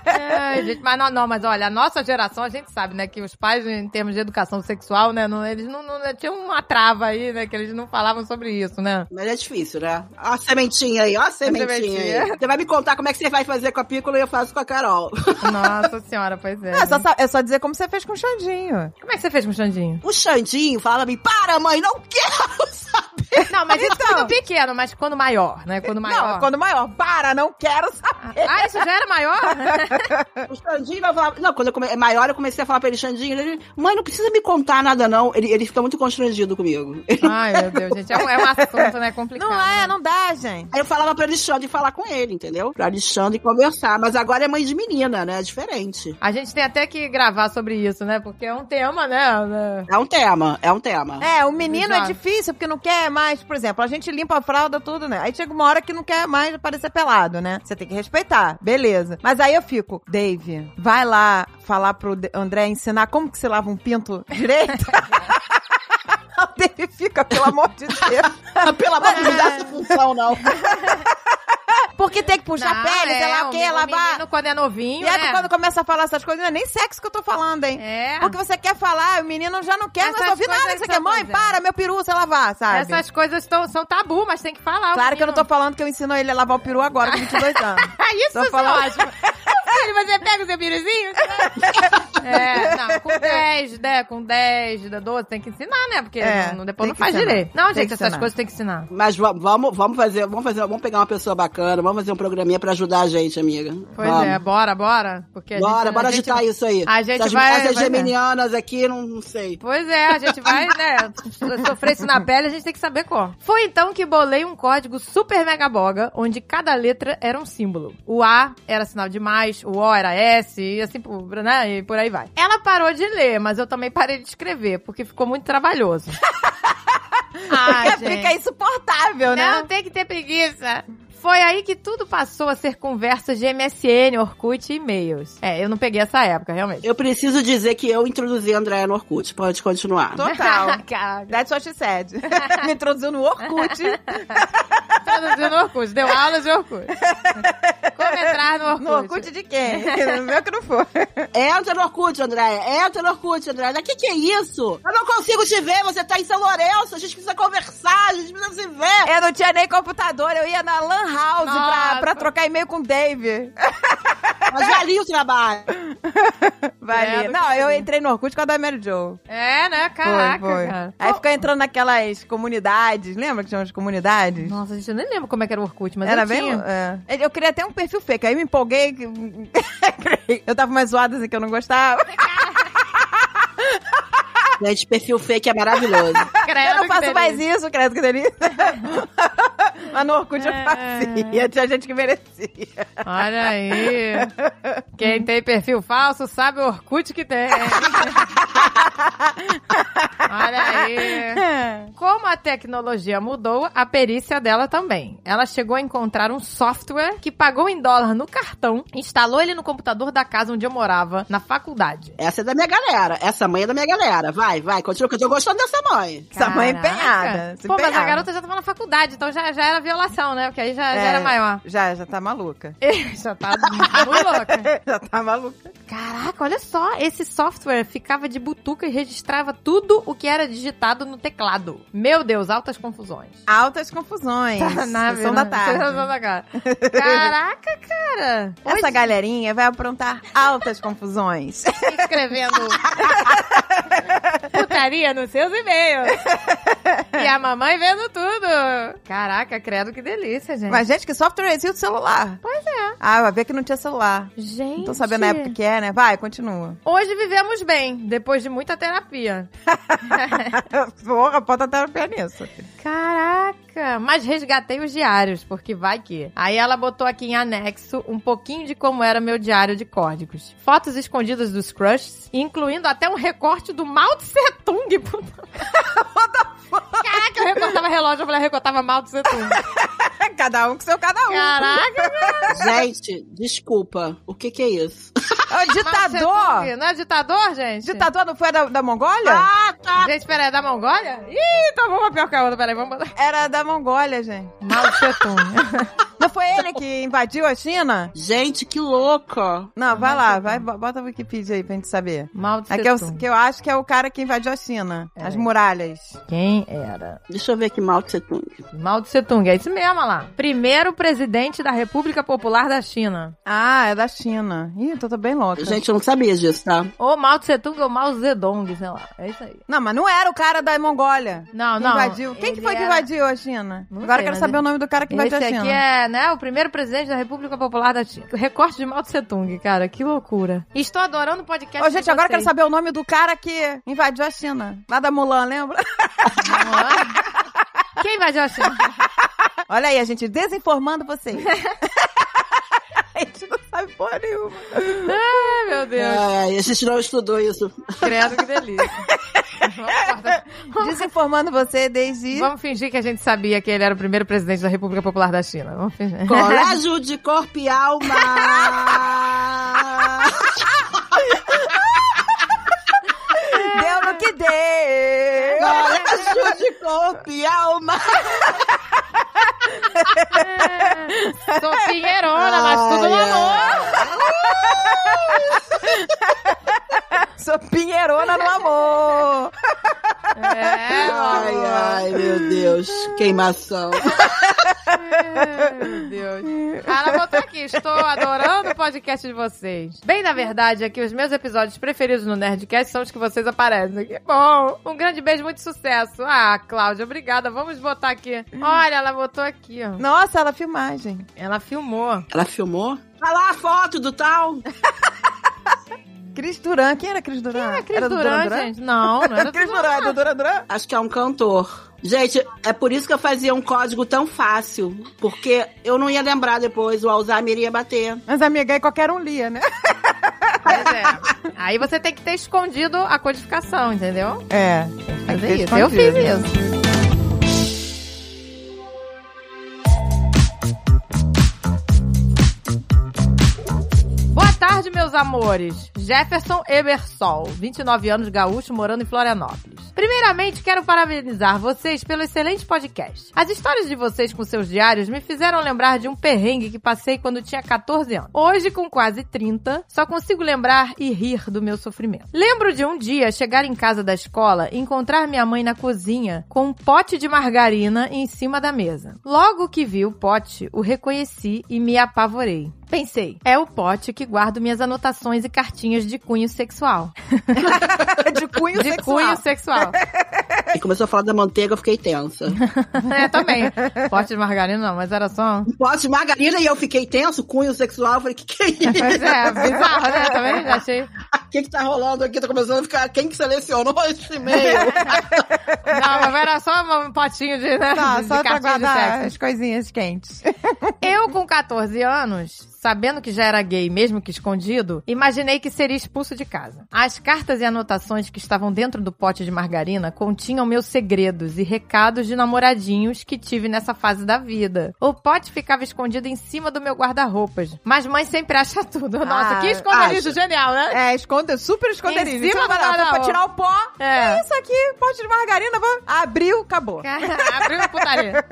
[SPEAKER 1] Ai, gente, mas não, não, mas olha, a nossa geração, a gente sabe, né, que os pais, em termos de educação sexual, né, não, eles não, não... Tinha uma trava aí, né, que eles não falavam sobre isso, né?
[SPEAKER 3] Mas é difícil, né? Ó a sementinha aí, ó a sementinha, aí.
[SPEAKER 1] sementinha.
[SPEAKER 3] Você vai me contar como é que você vai fazer com a Pícola e eu faço com a Carol.
[SPEAKER 1] Nossa senhora, pois é.
[SPEAKER 2] É só, sa- é só dizer como você fez com o Xandinho.
[SPEAKER 1] Como é que você fez com o Xandinho?
[SPEAKER 3] O Xandinho falava pra mim, para mãe, não quero saber.
[SPEAKER 1] Não, mas então- isso quando tá pequeno, mas quando maior, né? Quando maior.
[SPEAKER 2] Não, quando maior. Para, não quero saber.
[SPEAKER 1] Ah, isso já era maior?
[SPEAKER 2] né?
[SPEAKER 3] O Xandinho vai falar, não, quando eu come... é maior eu comecei a falar pra ele, Xandinho, ele, mãe, não precisa me contar nada não. Ele, ele fica muito constrangido comigo.
[SPEAKER 1] Ai, meu Deus, gente. É um, é um assunto, né? Complicado.
[SPEAKER 2] Não é, não dá, gente.
[SPEAKER 3] Aí eu falava pro Alexandre falar com ele, entendeu? Pro Alexandre conversar. Mas agora é mãe de menina, né? É diferente.
[SPEAKER 1] A gente tem até que gravar sobre isso, né? Porque é um tema, né?
[SPEAKER 3] É um tema, é um tema.
[SPEAKER 2] É, o menino
[SPEAKER 1] Exato.
[SPEAKER 2] é difícil porque não quer mais, por exemplo, a gente limpa a fralda, tudo, né? Aí chega uma hora que não quer mais aparecer pelado, né? Você tem que respeitar, beleza. Mas aí eu fico, Dave, vai lá falar pro De- André ensinar como que se lava um pinto direito. o Dave fica, pelo amor de Deus.
[SPEAKER 1] É.
[SPEAKER 3] Pelo amor de Deus, não dá essa função, não.
[SPEAKER 2] Porque tem que puxar a pele, sei
[SPEAKER 1] é,
[SPEAKER 2] lá o quê, lavar.
[SPEAKER 1] um menino quando é novinho,
[SPEAKER 2] E aí,
[SPEAKER 1] né?
[SPEAKER 2] quando começa a falar essas coisas, não é nem sexo que eu tô falando, hein?
[SPEAKER 1] É.
[SPEAKER 2] Porque você quer falar, o menino já não quer
[SPEAKER 1] Essas
[SPEAKER 2] mais ouvir nada
[SPEAKER 1] coisas tá
[SPEAKER 2] que você
[SPEAKER 1] são
[SPEAKER 2] quer. Mãe,
[SPEAKER 1] coisas.
[SPEAKER 2] para, meu peru, você lavar, sabe?
[SPEAKER 1] Essas coisas tão- são tabu, mas tem que falar. o
[SPEAKER 2] Claro que eu não tô
[SPEAKER 1] menino-
[SPEAKER 2] falando que eu ensino ele a lavar o peru agora, com 22 anos.
[SPEAKER 1] Ah, isso
[SPEAKER 2] Tô
[SPEAKER 1] isso
[SPEAKER 2] falando-
[SPEAKER 1] é ótimo. Filho, você pega o seu piruzinho? sabe? é, não, com 10, né? Com 10, da 12, tem que ensinar, né? Porque
[SPEAKER 2] É,
[SPEAKER 1] não- depois
[SPEAKER 2] tem
[SPEAKER 1] não
[SPEAKER 2] que
[SPEAKER 1] faz
[SPEAKER 2] ensinar.
[SPEAKER 1] direito. Não,
[SPEAKER 2] Tem
[SPEAKER 1] gente,
[SPEAKER 2] que
[SPEAKER 1] essas
[SPEAKER 2] ensinar.
[SPEAKER 1] coisas tem que ensinar.
[SPEAKER 3] Mas va- vamos, vamos fazer, vamos fazer, vamos pegar uma pessoa bacana, vamos fazer um programinha pra ajudar a gente, amiga.
[SPEAKER 1] Pois
[SPEAKER 3] vamos.
[SPEAKER 1] é, bora, bora. Porque a
[SPEAKER 3] Bora,
[SPEAKER 1] gente-
[SPEAKER 3] bora
[SPEAKER 1] a gente-
[SPEAKER 3] agitar isso aí.
[SPEAKER 1] a gente
[SPEAKER 3] Essas
[SPEAKER 1] vai-
[SPEAKER 3] Essas
[SPEAKER 1] vai ver.
[SPEAKER 3] geminianas aqui, não, não sei.
[SPEAKER 1] Pois é, a gente vai, né, sofrer isso na pele, a gente tem que saber como. Foi então que bolei um código super mega boga, onde cada letra era um símbolo. O A era sinal de mais, o O era S, e assim, por- né, e por aí vai. Ela parou de ler, mas eu também parei de escrever, porque ficou muito trabalhoso. ah,
[SPEAKER 2] Porque fica insuportável, né?
[SPEAKER 1] não, tem que ter preguiça. Foi aí que tudo passou a ser conversas de MSN, Orkut e e-mails. É, eu não peguei essa época, realmente.
[SPEAKER 3] Eu preciso dizer que eu introduzi a Andréia no Orkut. Pode continuar.
[SPEAKER 2] Total.
[SPEAKER 1] Caraca.
[SPEAKER 2] That's what she said. Me introduziu no Orkut.
[SPEAKER 1] Traduziu no Orkut, deu aula de Orkut. Como entrar no Orkut?
[SPEAKER 2] No Orkut de quem? No meu que não foi.
[SPEAKER 3] Entra no É Orkut, Andréia. Entra no Orkut, Andréia. O que, que é isso? Eu não consigo te ver, você tá em São Lourenço. A gente precisa conversar, a gente precisa se ver.
[SPEAKER 2] Eu não tinha nem computador, eu ia na Lan House pra,
[SPEAKER 1] Nossa.
[SPEAKER 2] pra trocar e-mail com o Dave.
[SPEAKER 3] Mas valia o trabalho.
[SPEAKER 2] Vale.
[SPEAKER 1] É, não
[SPEAKER 2] não, eu entrei no Orkut com a da Mary Jo.
[SPEAKER 1] É, né? Caraca,
[SPEAKER 2] foi, foi.
[SPEAKER 1] cara.
[SPEAKER 2] Aí fica entrando naquelas comunidades, lembra que tinha umas comunidades?
[SPEAKER 1] Nossa, gente, eu nem lembro como é que era o Orkut, mas
[SPEAKER 2] Era
[SPEAKER 1] eu
[SPEAKER 2] bem.
[SPEAKER 1] tinha.
[SPEAKER 2] é. Eu queria até um perfil fake, aí me empolguei. que- criei. eu tava mais zoada assim que eu não gostava.
[SPEAKER 3] Gente, perfil fake é maravilhoso.
[SPEAKER 1] Credo
[SPEAKER 2] Eu não
[SPEAKER 1] que
[SPEAKER 2] faço
[SPEAKER 1] delícia.
[SPEAKER 2] mais isso, credo que delícia. Mas no Orkut eu
[SPEAKER 1] É.
[SPEAKER 2] fazia, tinha gente que merecia.
[SPEAKER 1] Olha aí. Quem tem perfil falso sabe o Orkut que tem. Olha aí. Como a tecnologia mudou, a perícia dela também. Ela chegou a encontrar um software que pagou em dólar no cartão, instalou ele no computador da casa onde eu morava, na faculdade.
[SPEAKER 3] Essa é da minha galera. Essa mãe é da minha galera. Vai, vai, continua, que eu tô gostando dessa mãe.
[SPEAKER 2] Essa mãe é empenhada.
[SPEAKER 1] Pô, mas a
[SPEAKER 2] empenhada.
[SPEAKER 1] garota já tava na faculdade, então já, já era violação, né? Porque aí já, já era
[SPEAKER 2] É,
[SPEAKER 1] maior.
[SPEAKER 2] Já, já tá maluca.
[SPEAKER 1] já tá muito louca.
[SPEAKER 2] já tá maluca.
[SPEAKER 1] Caraca, olha só, esse software ficava de butuca e registrava tudo o que era digitado no teclado. Meu Deus, altas confusões. né?
[SPEAKER 2] Altas confusões.
[SPEAKER 1] Tá
[SPEAKER 2] Sessão da é tarde.
[SPEAKER 1] Sessão da é tarde. Caraca, cara.
[SPEAKER 2] Essa
[SPEAKER 1] Hoje-
[SPEAKER 2] galerinha vai aprontar altas confusões.
[SPEAKER 1] escrevendo putaria nos seus e-mails. E a mamãe vendo tudo. Caraca, credo que delícia, gente.
[SPEAKER 2] Mas, gente, que software existe o celular? Pois é. Ah, vai ver que não tinha celular.
[SPEAKER 1] gente.
[SPEAKER 2] Não tô Então, sabendo na época que é, né? Vai, continua.
[SPEAKER 1] Hoje vivemos bem, depois de muita terapia.
[SPEAKER 2] Porra, bota até no pé nisso.
[SPEAKER 1] Caraca, mas resgatei os diários, porque vai que. Aí ela botou aqui em anexo um pouquinho de como era meu diário de códigos. Fotos escondidas dos crushes, incluindo até um recorte do Mao Tse Tung. puta. Caraca, eu recortava relógio, eu falei, eu recortava Mao Tse Tung.
[SPEAKER 2] Cada um com seu cada um.
[SPEAKER 1] Ah, Caraca,
[SPEAKER 3] Gente, desculpa. O que que é isso?
[SPEAKER 2] Ô,
[SPEAKER 1] Mao
[SPEAKER 2] ditador!
[SPEAKER 1] Tse Tung, Não é ditador, gente?
[SPEAKER 2] Ditador não foi da, da Mongólia?
[SPEAKER 3] Ah, tá.
[SPEAKER 1] Gente, peraí, é da Mongólia? Ih, tomou uma pior que a outra, peraí, vamos botar.
[SPEAKER 2] Era da Mongólia, gente.
[SPEAKER 1] Mao Tse Tung.
[SPEAKER 2] Não foi ele que invadiu a China?
[SPEAKER 3] Gente, que louca.
[SPEAKER 2] Não, vai lá, vai, bo- bota a Wikipedia aí pra gente saber.
[SPEAKER 1] Mao Tse
[SPEAKER 2] É que, eu,
[SPEAKER 1] Tung.
[SPEAKER 2] que eu acho que é o cara que invadiu a China.
[SPEAKER 1] É.
[SPEAKER 2] As muralhas.
[SPEAKER 1] Quem era?
[SPEAKER 3] Deixa eu ver que mal que você tem.
[SPEAKER 1] Mao Tse Tung, é isso mesmo olha lá. Primeiro presidente da República Popular da China.
[SPEAKER 2] Ah, é da China. Ih, tô, tô bem louca.
[SPEAKER 3] Gente, eu não sabia disso, tá?
[SPEAKER 1] Ou Mao Tse Tung ou Mao Zedong, sei lá. É isso aí.
[SPEAKER 2] Não, mas não era o cara da Mongólia.
[SPEAKER 1] Não,
[SPEAKER 2] que
[SPEAKER 1] não.
[SPEAKER 2] Invadiu. Quem
[SPEAKER 1] ele
[SPEAKER 2] que foi que
[SPEAKER 1] era-
[SPEAKER 2] invadiu a China?
[SPEAKER 1] Não
[SPEAKER 2] Agora
[SPEAKER 1] sei,
[SPEAKER 2] eu quero
[SPEAKER 1] mas
[SPEAKER 2] saber
[SPEAKER 1] é-
[SPEAKER 2] o nome do cara que invadiu a
[SPEAKER 1] Esse
[SPEAKER 2] China.
[SPEAKER 1] aqui é, né, o primeiro presidente da República Popular da China. Recorte de Mao Tse Tung, cara, que loucura. Estou adorando o podcast.
[SPEAKER 2] Ô, gente, agora eu quero
[SPEAKER 1] saber.
[SPEAKER 2] saber o nome do cara que invadiu a China. Lá da Mulan, lembra?
[SPEAKER 1] Quem invadiu a China?
[SPEAKER 2] Olha aí, a gente desinformando vocês. a gente não sabe porra nenhuma.
[SPEAKER 1] Ai, meu Deus.
[SPEAKER 3] Ai, a gente não estudou isso.
[SPEAKER 1] Credo, que delícia. Vamos cortar.
[SPEAKER 2] Desinformando você desde...
[SPEAKER 1] Vamos fingir que a gente sabia que ele era o primeiro presidente da República Popular da China. Vamos fingir.
[SPEAKER 3] Colégio de corpo e alma.
[SPEAKER 2] Deu no que deu.
[SPEAKER 3] Colégio de corpo e alma.
[SPEAKER 1] Sou pinheirona, mas tudo no
[SPEAKER 3] Ai,
[SPEAKER 1] amor.
[SPEAKER 2] Sou pinheirona no amor.
[SPEAKER 1] É,
[SPEAKER 3] Ai, ai, meu Deus. Queimação.
[SPEAKER 1] Meu Deus. Ela botou aqui, estou adorando o podcast de vocês. Bem, na verdade, é que os meus episódios preferidos no Nerdcast são os que vocês aparecem. Que bom! Um grande beijo, muito sucesso. Ah, Cláudia, obrigada. Vamos botar aqui. Olha, ela botou aqui, ó.
[SPEAKER 2] Nossa, ela filmagem.
[SPEAKER 1] Ela filmou.
[SPEAKER 3] Ela filmou? Olha Tá lá a foto do tal.
[SPEAKER 2] Cris Duran. Quem era Cris Duran?
[SPEAKER 1] É Cris
[SPEAKER 2] era do
[SPEAKER 1] Duran, gente. Não, não era
[SPEAKER 2] Cris Duran, é do Duran Duran?
[SPEAKER 3] Acho que é um cantor. Gente, é por isso que eu fazia um código tão fácil. Porque eu não ia lembrar depois, o Alzheimer ia bater.
[SPEAKER 2] Mas amiga, aí qualquer um lia, né?
[SPEAKER 1] Pois é. Aí você tem que ter escondido a codificação, entendeu?
[SPEAKER 2] É.
[SPEAKER 1] Fazer isso. Eu fiz isso. Boa tarde, meus amores. Jefferson Ebersol, 29 anos, gaúcho, morando em Florianópolis. Primeiramente, quero parabenizar vocês pelo excelente podcast. As histórias de vocês com seus diários me fizeram lembrar de um perrengue que passei quando tinha 14 anos. Hoje, com quase 30, só consigo lembrar e rir do meu sofrimento. Lembro de um dia chegar em casa da escola e encontrar minha mãe na cozinha com um pote de margarina em cima da mesa. Logo que vi o pote, o reconheci e me apavorei. Pensei, é o pote que guardo minhas anotações e cartinhas de cunho sexual.
[SPEAKER 2] De cunho
[SPEAKER 1] de
[SPEAKER 2] sexual.
[SPEAKER 1] cunho sexual.
[SPEAKER 3] E começou a falar da manteiga, eu fiquei tensa.
[SPEAKER 1] é, também. Pote de margarina não, mas era só...
[SPEAKER 3] Um pote de margarina e eu fiquei tenso, cunho sexual. Eu falei, que que é isso?
[SPEAKER 1] Pois é, bizarro, né? Também já achei.
[SPEAKER 3] O que que tá rolando aqui? Tá começando a ficar... Quem que selecionou esse e-mail?
[SPEAKER 1] Não, mas era só um potinho de, né,
[SPEAKER 2] Tá,
[SPEAKER 1] de,
[SPEAKER 2] só
[SPEAKER 1] de
[SPEAKER 2] pra
[SPEAKER 1] cartinha de
[SPEAKER 2] guardar
[SPEAKER 1] sexo.
[SPEAKER 2] as coisinhas quentes.
[SPEAKER 1] Eu, com 14 anos, sabendo que já era gay, mesmo que escondido, imaginei que seria expulso de casa. As cartas e anotações que estavam dentro do pote de margarina continham meus segredos e recados de namoradinhos que tive nessa fase da vida. O pote ficava escondido em cima do meu guarda-roupas. Mas mãe sempre acha tudo. Nossa,
[SPEAKER 2] Ah,
[SPEAKER 1] que esconderijo
[SPEAKER 3] acha.
[SPEAKER 1] genial, né?
[SPEAKER 2] É, esconde, super esconderijo.
[SPEAKER 1] Em cima do
[SPEAKER 2] guarda-roupa
[SPEAKER 1] guarda-roupa.
[SPEAKER 2] pra tirar o pó.
[SPEAKER 1] É.
[SPEAKER 2] É. Isso aqui, pote de margarina, vou... abriu, acabou.
[SPEAKER 1] Abriu a putaria.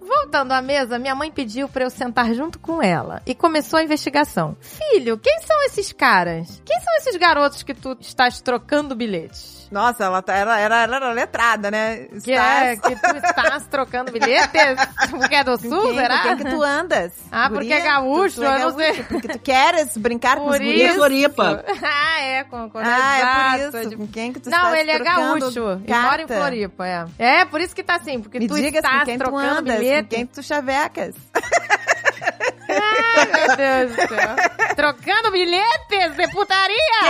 [SPEAKER 1] Voltando à mesa, minha mãe pediu pra eu sentar junto com ela e começou a investigação. Filho, quem são esses caras? Quem são esses garotos que tu estás trocando bilhetes?
[SPEAKER 2] Nossa, ela, tá- ela, ela- ela era letrada, né?
[SPEAKER 1] Que,
[SPEAKER 2] Está-
[SPEAKER 1] é, que tu estás trocando bilhetes? Porque é do
[SPEAKER 2] Com
[SPEAKER 1] sul,
[SPEAKER 2] quem,
[SPEAKER 1] será?
[SPEAKER 2] Com quem que tu andas?
[SPEAKER 1] Ah, porque é
[SPEAKER 2] guria?
[SPEAKER 1] gaúcho,
[SPEAKER 2] Tu- tu
[SPEAKER 1] eu
[SPEAKER 2] é
[SPEAKER 1] não
[SPEAKER 2] gaúcho,
[SPEAKER 1] sei.
[SPEAKER 2] Porque tu queres brincar com os
[SPEAKER 1] Por
[SPEAKER 2] guris?
[SPEAKER 3] E
[SPEAKER 1] É Isso.
[SPEAKER 3] Floripa.
[SPEAKER 1] ah, é, com, com
[SPEAKER 2] Ah, é
[SPEAKER 1] exato,
[SPEAKER 2] por isso.
[SPEAKER 1] de-
[SPEAKER 2] Com quem que tu
[SPEAKER 1] Não,
[SPEAKER 2] estás
[SPEAKER 1] ele é
[SPEAKER 2] trocando
[SPEAKER 1] gaúcho. E
[SPEAKER 2] carta?
[SPEAKER 1] mora em Floripa, é. É, por isso que tá assim, porque
[SPEAKER 2] Me
[SPEAKER 1] tu
[SPEAKER 2] digas
[SPEAKER 1] estás
[SPEAKER 2] com quem tu
[SPEAKER 1] trocando
[SPEAKER 2] andas, com
[SPEAKER 1] bilhetes.
[SPEAKER 2] quem tu chavecas.
[SPEAKER 1] Ai, meu Deus do céu. Trocando bilhetes de putaria!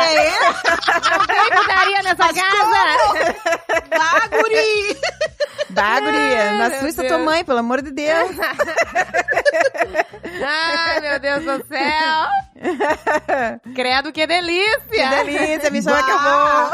[SPEAKER 1] Não tem putaria nessa casa!
[SPEAKER 3] Ah, guri!
[SPEAKER 2] Dá, guria. Não
[SPEAKER 1] meu
[SPEAKER 2] assusta
[SPEAKER 1] Deus.
[SPEAKER 2] tua mãe, pelo amor de Deus.
[SPEAKER 1] Ai, meu Deus do céu! Credo, que delícia!
[SPEAKER 2] Que delícia, me chama que eu
[SPEAKER 3] Ah,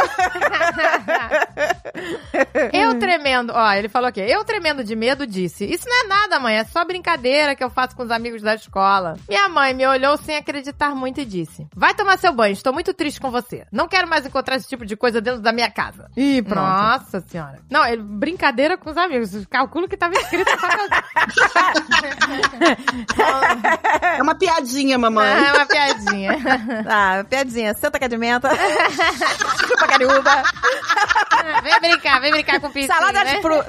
[SPEAKER 2] vou.
[SPEAKER 1] Eu tremendo, ó, ele falou aqui, eu tremendo de medo disse, isso não é nada mãe, é só brincadeira que eu faço com os amigos da escola. Minha mãe me olhou sem acreditar muito e disse, vai tomar seu banho, estou muito triste com você, não quero mais encontrar esse tipo de coisa dentro da minha casa.
[SPEAKER 2] Ih, pronto.
[SPEAKER 1] Nossa senhora. Não, ele, brincadeira com os amigos, calculo que tava escrito só pra...
[SPEAKER 3] É uma piadinha, mamãe.
[SPEAKER 1] É uma piadinha.
[SPEAKER 2] Ah, piadinha. Senta cá de menta. Chupa cariúba.
[SPEAKER 1] Ah, vem brincar, vem brincar com o pintinho,
[SPEAKER 2] Salada
[SPEAKER 1] né?
[SPEAKER 2] de fruta.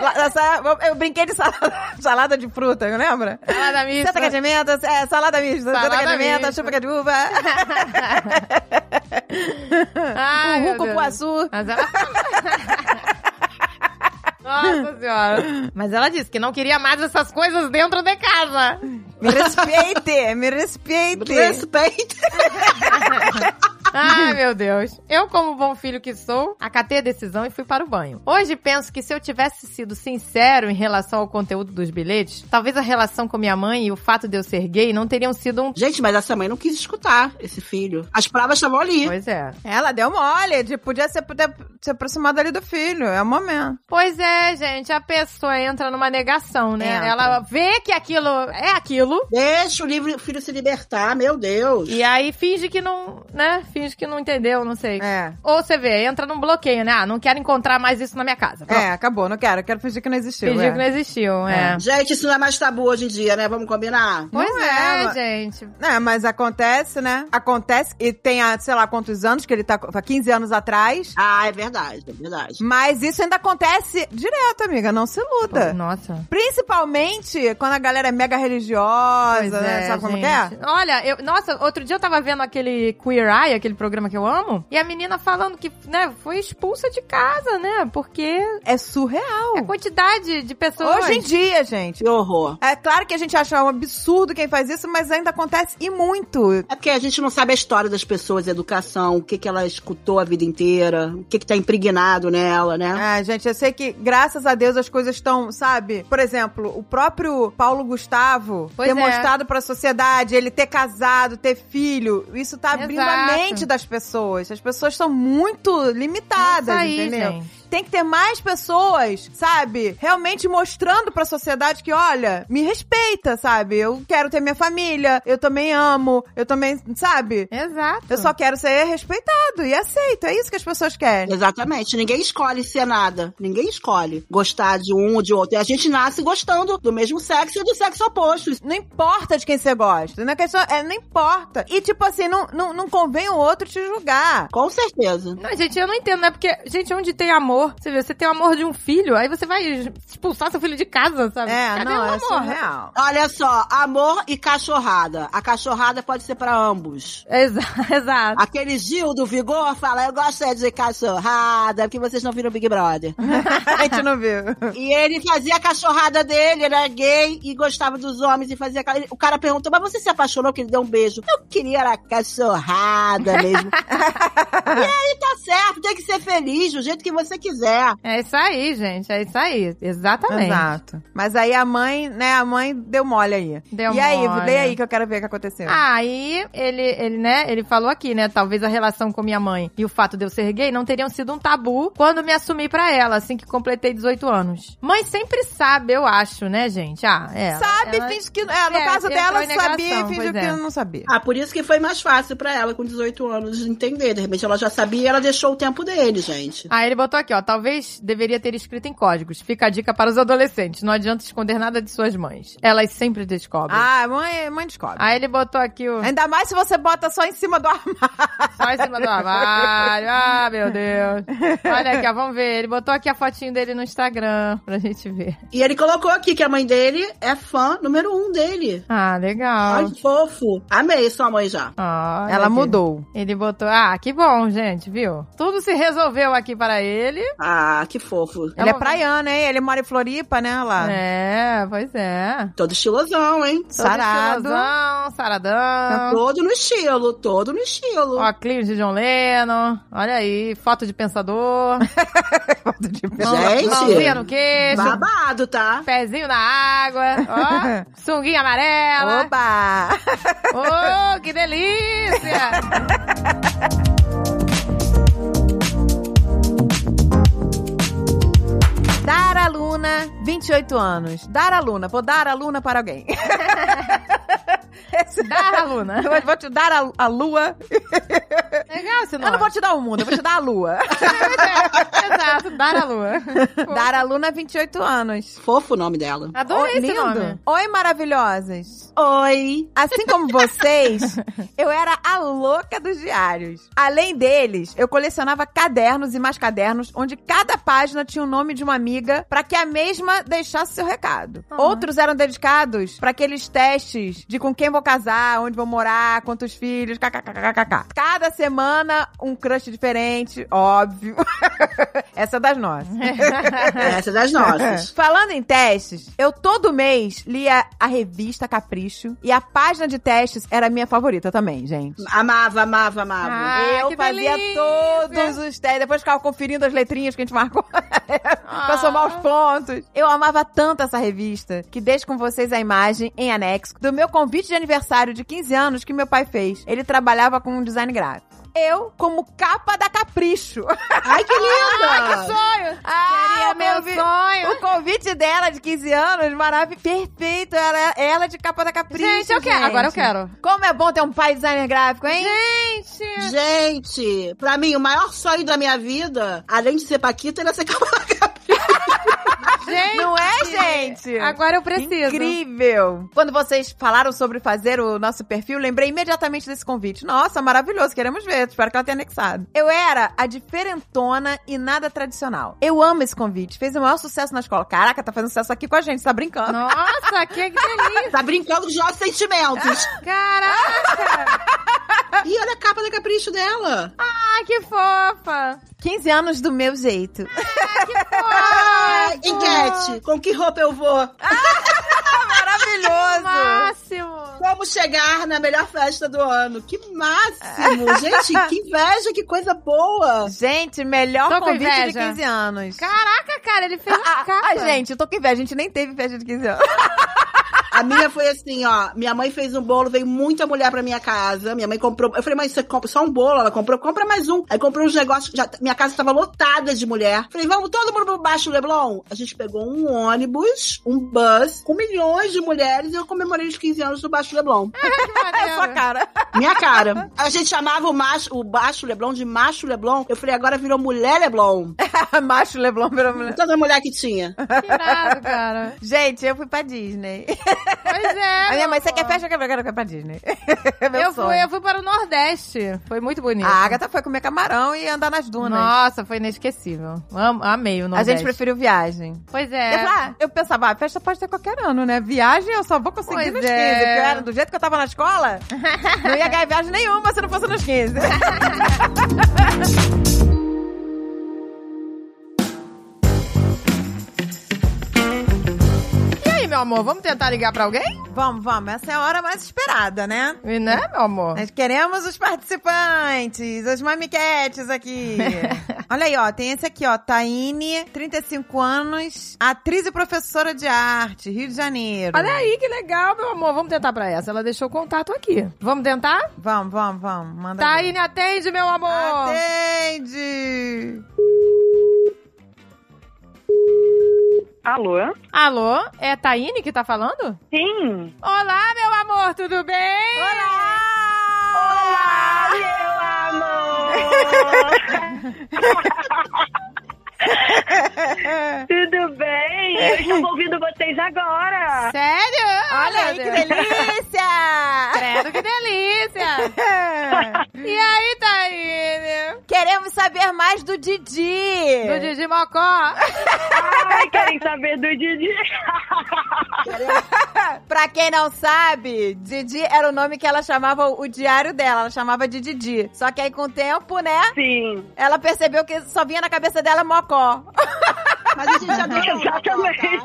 [SPEAKER 2] Eu brinquei de salada, salada de fruta, não lembra?
[SPEAKER 1] Salada mista.
[SPEAKER 2] Senta cá de menta, é, salada mista,
[SPEAKER 1] Salada
[SPEAKER 2] senta cá de menta,
[SPEAKER 1] mista.
[SPEAKER 2] chupa cá de uva,
[SPEAKER 1] Ai, meu
[SPEAKER 2] uhu,
[SPEAKER 1] Deus.
[SPEAKER 2] cupuaçu.
[SPEAKER 1] Mas ela tá- Nossa senhora. Mas ela disse que não queria mais essas coisas dentro de casa.
[SPEAKER 2] Me respeite, me respeite.
[SPEAKER 3] Respeito.
[SPEAKER 1] Ai, meu Deus. Eu, como bom filho que sou, acatei a decisão e fui para o banho. Hoje penso que se eu tivesse sido sincero em relação ao conteúdo dos bilhetes, talvez a relação com minha mãe e o fato de eu ser gay não teriam sido um.
[SPEAKER 3] Gente, mas essa mãe não quis escutar esse filho. As provas estavam ali.
[SPEAKER 1] Pois é.
[SPEAKER 2] Ela deu mole, de, podia ser, podia se aproximar ali do filho, é o momento.
[SPEAKER 1] Pois é, gente, a pessoa entra numa negação, né?
[SPEAKER 2] Entra.
[SPEAKER 1] Ela vê que aquilo é aquilo
[SPEAKER 3] Deixa o livre- o filho se libertar, meu Deus.
[SPEAKER 1] e aí finge que não, né? Finge que não entendeu, não sei.
[SPEAKER 2] É.
[SPEAKER 1] Ou você vê, entra num bloqueio, né? Ah, não quero encontrar mais isso na minha casa. Pronto.
[SPEAKER 2] É, acabou, não quero, quero fingir que não existiu.
[SPEAKER 1] Fingiu
[SPEAKER 2] é.
[SPEAKER 1] que não existiu, é.
[SPEAKER 3] Gente, isso não é mais tabu hoje em dia, né? Vamos combinar?
[SPEAKER 1] Pois
[SPEAKER 2] Não
[SPEAKER 1] é,
[SPEAKER 2] é, mas-
[SPEAKER 1] gente.
[SPEAKER 2] É, mas acontece, né? Acontece, e tem, há, sei lá, quantos anos, que ele tá há 15 anos atrás.
[SPEAKER 3] Ah, é verdade, é verdade.
[SPEAKER 2] Mas isso ainda acontece direto, amiga, não se iluda.
[SPEAKER 1] Nossa.
[SPEAKER 2] Principalmente quando a galera é mega religiosa,
[SPEAKER 1] Pois
[SPEAKER 2] né?
[SPEAKER 1] é,
[SPEAKER 2] Sabe como que
[SPEAKER 1] gente.
[SPEAKER 2] é?
[SPEAKER 1] Olha, eu, nossa, outro dia eu tava vendo aquele Queer Eye, aquele programa que eu amo, e a menina falando que, né, foi expulsa de casa, né? Porque
[SPEAKER 2] É surreal.
[SPEAKER 1] a quantidade de pessoas.
[SPEAKER 2] Hoje em dia, gente.
[SPEAKER 3] Que horror.
[SPEAKER 2] É claro que a gente acha um absurdo quem faz isso, mas ainda acontece e muito.
[SPEAKER 3] É porque a gente não sabe a história das pessoas, a educação, o que, que ela escutou a vida inteira, o que, que tá impregnado nela, né?
[SPEAKER 2] Ah, gente, eu sei que, graças a Deus, as coisas estão, sabe? Por exemplo, o próprio Paulo Gustavo
[SPEAKER 1] Pois é.
[SPEAKER 2] ter mostrado pra sociedade, ele ter casado, ter filho, isso tá abrindo
[SPEAKER 1] Exato.
[SPEAKER 2] a mente das pessoas. As pessoas são muito limitadas,
[SPEAKER 1] Isso tá aí,
[SPEAKER 2] entendeu?
[SPEAKER 1] gente.
[SPEAKER 2] Tem que ter mais pessoas, sabe? Realmente mostrando pra sociedade que, olha, me respeita, sabe? Eu quero ter minha família, eu também amo, eu também, sabe?
[SPEAKER 1] Exato.
[SPEAKER 2] Eu só quero ser respeitado e aceito. É isso que as pessoas querem.
[SPEAKER 3] Exatamente. Ninguém escolhe ser nada. Ninguém escolhe gostar de um ou de outro. E a gente nasce gostando do mesmo sexo e do sexo oposto. Isso-
[SPEAKER 2] Não importa de quem você gosta. Não, é questão, é, não importa. E, tipo assim, não, não, não convém o outro te julgar.
[SPEAKER 3] Com certeza.
[SPEAKER 1] Não, gente, eu não entendo, né? Porque, gente, onde tem amor, você vê, você tem o amor de um filho, aí você vai expulsar seu filho de casa, sabe?
[SPEAKER 2] É,
[SPEAKER 1] Cadê
[SPEAKER 2] não,
[SPEAKER 1] o
[SPEAKER 2] é
[SPEAKER 1] amor?
[SPEAKER 2] surreal.
[SPEAKER 3] Olha só, amor e cachorrada. A cachorrada pode ser pra ambos.
[SPEAKER 1] Exa- Exato.
[SPEAKER 3] Aquele Gil do Vigor fala, eu gosto é de cachorrada, porque vocês não viram Big Brother.
[SPEAKER 2] A gente não viu.
[SPEAKER 3] E ele fazia a cachorrada dele, era gay e gostava dos homens e fazia. aquela- O cara perguntou, mas você se apaixonou que ele deu um beijo? Eu queria era cachorrada mesmo. e aí tá certo, tem que ser feliz do jeito que você quiser.
[SPEAKER 1] É isso aí, gente. É isso aí. Exatamente.
[SPEAKER 2] Exato. Mas aí a mãe, né, a mãe deu mole aí.
[SPEAKER 1] Deu
[SPEAKER 2] e aí,
[SPEAKER 1] mole.
[SPEAKER 2] lê aí que eu quero ver o que aconteceu.
[SPEAKER 1] Aí ele, ele, né, ele falou aqui, né? Talvez a relação com minha mãe e o fato de eu ser gay não teriam sido um tabu quando me assumi pra ela, assim que completei 18 anos. Mãe sempre sabe, eu acho, né, gente? Ah, é.
[SPEAKER 2] sabe,
[SPEAKER 1] ela-
[SPEAKER 2] finge que... É, no
[SPEAKER 1] é,
[SPEAKER 2] caso
[SPEAKER 1] entrou
[SPEAKER 2] dela,
[SPEAKER 1] em negação,
[SPEAKER 2] sabia e fingiu
[SPEAKER 1] pois
[SPEAKER 2] que
[SPEAKER 1] é.
[SPEAKER 2] não sabia.
[SPEAKER 3] Ah, por isso que foi mais fácil pra ela com 18 anos de entender. De repente ela já sabia e ela deixou o tempo dele, gente.
[SPEAKER 1] Aí ele botou aqui, ó. Talvez deveria ter escrito em códigos. Fica a dica para os adolescentes. Não adianta esconder nada de suas mães. Elas sempre descobrem.
[SPEAKER 2] Ah, mãe, mãe descobre.
[SPEAKER 1] Aí ele botou aqui o.
[SPEAKER 2] Ainda mais se você bota só em cima do armário.
[SPEAKER 1] Só em cima do armário. Ah, meu Deus. Olha aqui, ó, vamos ver. Ele botou aqui a fotinho dele no Instagram pra gente ver.
[SPEAKER 3] E ele colocou aqui que a mãe dele é fã número um dele.
[SPEAKER 1] Ah, legal.
[SPEAKER 3] Ai, que fofo. Amei sua mãe já.
[SPEAKER 1] Olha
[SPEAKER 2] Ela
[SPEAKER 1] aqui.
[SPEAKER 2] mudou.
[SPEAKER 1] Ele botou. Ah, que bom, gente, viu? Tudo se resolveu aqui para ele.
[SPEAKER 3] Ah, que fofo.
[SPEAKER 1] É
[SPEAKER 2] Ele é
[SPEAKER 1] uma-
[SPEAKER 2] praiano, hein? Ele mora em Floripa, né? Lá.
[SPEAKER 1] É, pois é.
[SPEAKER 3] Todo estilosão, hein?
[SPEAKER 1] Todo
[SPEAKER 2] Sarado.
[SPEAKER 1] estilosão,
[SPEAKER 2] Tá
[SPEAKER 1] saradão.
[SPEAKER 3] Todo no estilo, todo no estilo.
[SPEAKER 1] Ó, Clio de John Lennon. Olha aí, foto de pensador.
[SPEAKER 2] Foto de
[SPEAKER 1] Mão-
[SPEAKER 3] Gente.
[SPEAKER 1] Mãozinha no queixo.
[SPEAKER 3] Babado, tá?
[SPEAKER 1] Pezinho na água, ó, sunguinha amarela.
[SPEAKER 2] Oba!
[SPEAKER 1] Ô, que delícia!
[SPEAKER 2] Dara Luna, 28 anos. Dara Luna, vou dar a Luna para alguém. Esse-
[SPEAKER 1] Dá, Luna.
[SPEAKER 2] Eu vou te dar a, a lua.
[SPEAKER 1] Legal esse
[SPEAKER 2] Eu
[SPEAKER 1] nome.
[SPEAKER 2] não vou te dar o mundo, eu vou te dar a lua.
[SPEAKER 1] é. Exato, dar a lua.
[SPEAKER 2] Dara Luna, 28 anos.
[SPEAKER 3] Fofo o nome dela.
[SPEAKER 1] Adorei
[SPEAKER 2] Oi,
[SPEAKER 1] esse nome.
[SPEAKER 2] Oi, maravilhosas.
[SPEAKER 3] Oi.
[SPEAKER 2] Assim como vocês, eu era a louca dos diários. Além deles, eu colecionava cadernos e mais cadernos, onde cada página tinha o nome de uma amiga para que a mesma deixasse seu recado.
[SPEAKER 1] Ah.
[SPEAKER 2] Outros eram dedicados para aqueles testes de com quem vou casar, onde vou morar, quantos filhos, kkkkkk. Cada semana, um crush diferente, óbvio. Essa é das nossas.
[SPEAKER 3] Essa é das nossas.
[SPEAKER 2] Falando em testes, eu todo mês lia a revista Capricho e a página de testes era a minha favorita também, gente.
[SPEAKER 3] Amava, amava, amava.
[SPEAKER 1] Ah, que
[SPEAKER 2] eu fazia
[SPEAKER 1] delícia!
[SPEAKER 2] todos os testes, depois ficava conferindo as letrinhas que a gente marcou pra somar
[SPEAKER 1] Ah.
[SPEAKER 2] os pontos. Eu amava tanto essa revista que deixo com vocês a imagem em anexo do meu convite de aniversário de 15 anos que meu pai fez. Ele trabalhava com um design gráfico. Eu, como capa da Capricho.
[SPEAKER 3] Ai, que linda!
[SPEAKER 1] Sonho!
[SPEAKER 2] Ah,
[SPEAKER 1] Seria meu
[SPEAKER 2] vi-
[SPEAKER 1] sonho!
[SPEAKER 2] O convite dela de 15 anos, maravilhoso, perfeito. Ela, é, ela de capa da capricho.
[SPEAKER 1] Gente, eu quero.
[SPEAKER 2] gente.
[SPEAKER 1] Agora eu quero.
[SPEAKER 2] Como é bom ter um pai designer gráfico, hein?
[SPEAKER 1] Gente!
[SPEAKER 3] Gente, pra mim, o maior sonho da minha vida, além de ser Paquita, era ser Cavalcante.
[SPEAKER 1] Gente!
[SPEAKER 2] Não é, gente?
[SPEAKER 1] Agora eu preciso.
[SPEAKER 2] Incrível! Quando vocês falaram sobre fazer o nosso perfil, lembrei imediatamente desse convite. Nossa, maravilhoso, queremos ver. Espero que ela tenha anexado. Eu era a diferentona e nada tradicional. Eu amo esse convite. Fez o maior sucesso na escola. Caraca, tá fazendo sucesso aqui com a gente, tá brincando.
[SPEAKER 1] Nossa, que delícia!
[SPEAKER 3] Tá brincando com os nossos sentimentos.
[SPEAKER 1] Caraca!
[SPEAKER 3] E olha a capa da capricho dela.
[SPEAKER 1] Ai, que fofa!
[SPEAKER 2] 15 anos do meu jeito.
[SPEAKER 3] Ai, enquete. Com que roupa eu vou?
[SPEAKER 2] Maravilhoso!
[SPEAKER 1] Máximo!
[SPEAKER 3] Como chegar na melhor festa do ano? Que máximo! Gente, que inveja, que coisa boa!
[SPEAKER 2] Gente, melhor
[SPEAKER 1] Tô com
[SPEAKER 2] convite de
[SPEAKER 1] inveja.
[SPEAKER 2] 15 anos.
[SPEAKER 1] Caraca, cara, ele fez uma capa.
[SPEAKER 2] Ah, gente, eu tô com inveja. A gente nem teve festa de 15 anos.
[SPEAKER 3] A minha foi assim, ó. Minha mãe fez um bolo, veio muita mulher pra minha casa. Minha mãe comprou. Eu falei, mãe, você compra só um bolo? Ela comprou, compra mais um. Aí comprou uns negócios. Já, minha casa tava lotada de mulher. Falei, vamos todo mundo pro baixo do Leblon? A gente pegou um ônibus, um bus, com milhões de mulheres e eu comemorei os 15 anos do Baixo do Leblon.
[SPEAKER 1] Que
[SPEAKER 2] É sua
[SPEAKER 1] maneiro.
[SPEAKER 2] cara.
[SPEAKER 3] Minha cara. A gente chamava o, macho, o Baixo Leblon de Macho Leblon. Eu falei, agora virou Mulher Leblon.
[SPEAKER 2] Macho Leblon virou mulher.
[SPEAKER 3] Toda mulher que tinha.
[SPEAKER 1] Que irado, cara.
[SPEAKER 2] Gente, eu fui pra Disney.
[SPEAKER 1] Pois é.
[SPEAKER 2] a minha mãe,
[SPEAKER 1] meu
[SPEAKER 2] você quer
[SPEAKER 1] amor.
[SPEAKER 2] festa? Eu quero, eu quero, eu quero pra Disney. É meu
[SPEAKER 1] Eu
[SPEAKER 2] sonho.
[SPEAKER 1] fui, eu fui para o Nordeste. Foi muito bonito.
[SPEAKER 2] A Agatha foi comer camarão e andar nas dunas.
[SPEAKER 1] Nossa, foi inesquecível. Am- amei o
[SPEAKER 2] A
[SPEAKER 1] Nordeste.
[SPEAKER 2] gente preferiu viagem.
[SPEAKER 1] Pois
[SPEAKER 2] Eu,
[SPEAKER 1] é.
[SPEAKER 2] falei, ah, eu pensava, ah, festa pode ter qualquer ano, né? Viagem eu só vou conseguir
[SPEAKER 1] Pois
[SPEAKER 2] nos 15.
[SPEAKER 1] é.
[SPEAKER 2] Porque eu era, do jeito que eu tava na escola, não ia ganhar viagem nenhuma se não fosse nos 15.
[SPEAKER 1] E aí, meu amor? Vamos tentar ligar pra alguém?
[SPEAKER 2] Vamos, vamos. Essa é a hora mais esperada, né?
[SPEAKER 1] E né, meu amor?
[SPEAKER 2] Nós queremos os participantes, as mamiquetes aqui. Olha aí, ó. Tem esse aqui, ó. Taine, 35 anos, atriz e professora de arte, Rio de Janeiro.
[SPEAKER 1] Olha aí, que legal, meu amor. Vamos tentar pra essa. Ela deixou o contato aqui. Vamos tentar?
[SPEAKER 2] Vamos, vamos, vamos. Manda aí.
[SPEAKER 1] Taíne, atende, meu amor!
[SPEAKER 2] Atende!
[SPEAKER 6] Alô?
[SPEAKER 1] Alô? É a Taíne que tá falando?
[SPEAKER 6] Sim.
[SPEAKER 1] Olá, meu amor, tudo bem?
[SPEAKER 6] Olá, meu amor. Tudo bem? Eu estou ouvindo vocês agora.
[SPEAKER 1] Sério?
[SPEAKER 2] Olha aí, que delícia!
[SPEAKER 1] Credo, que delícia! E aí, Taíne?
[SPEAKER 2] Queremos saber mais do Didi.
[SPEAKER 1] Do Didi Mocó?
[SPEAKER 6] Ai, querem saber do Didi?
[SPEAKER 2] pra quem não sabe, Didi era o nome que ela chamava o diário dela. Ela chamava de Didi. Só que aí, com o tempo, né?
[SPEAKER 6] Sim.
[SPEAKER 2] Ela percebeu que só vinha na cabeça dela mocó.
[SPEAKER 3] Mas a gente né, já deixa
[SPEAKER 6] Exatamente.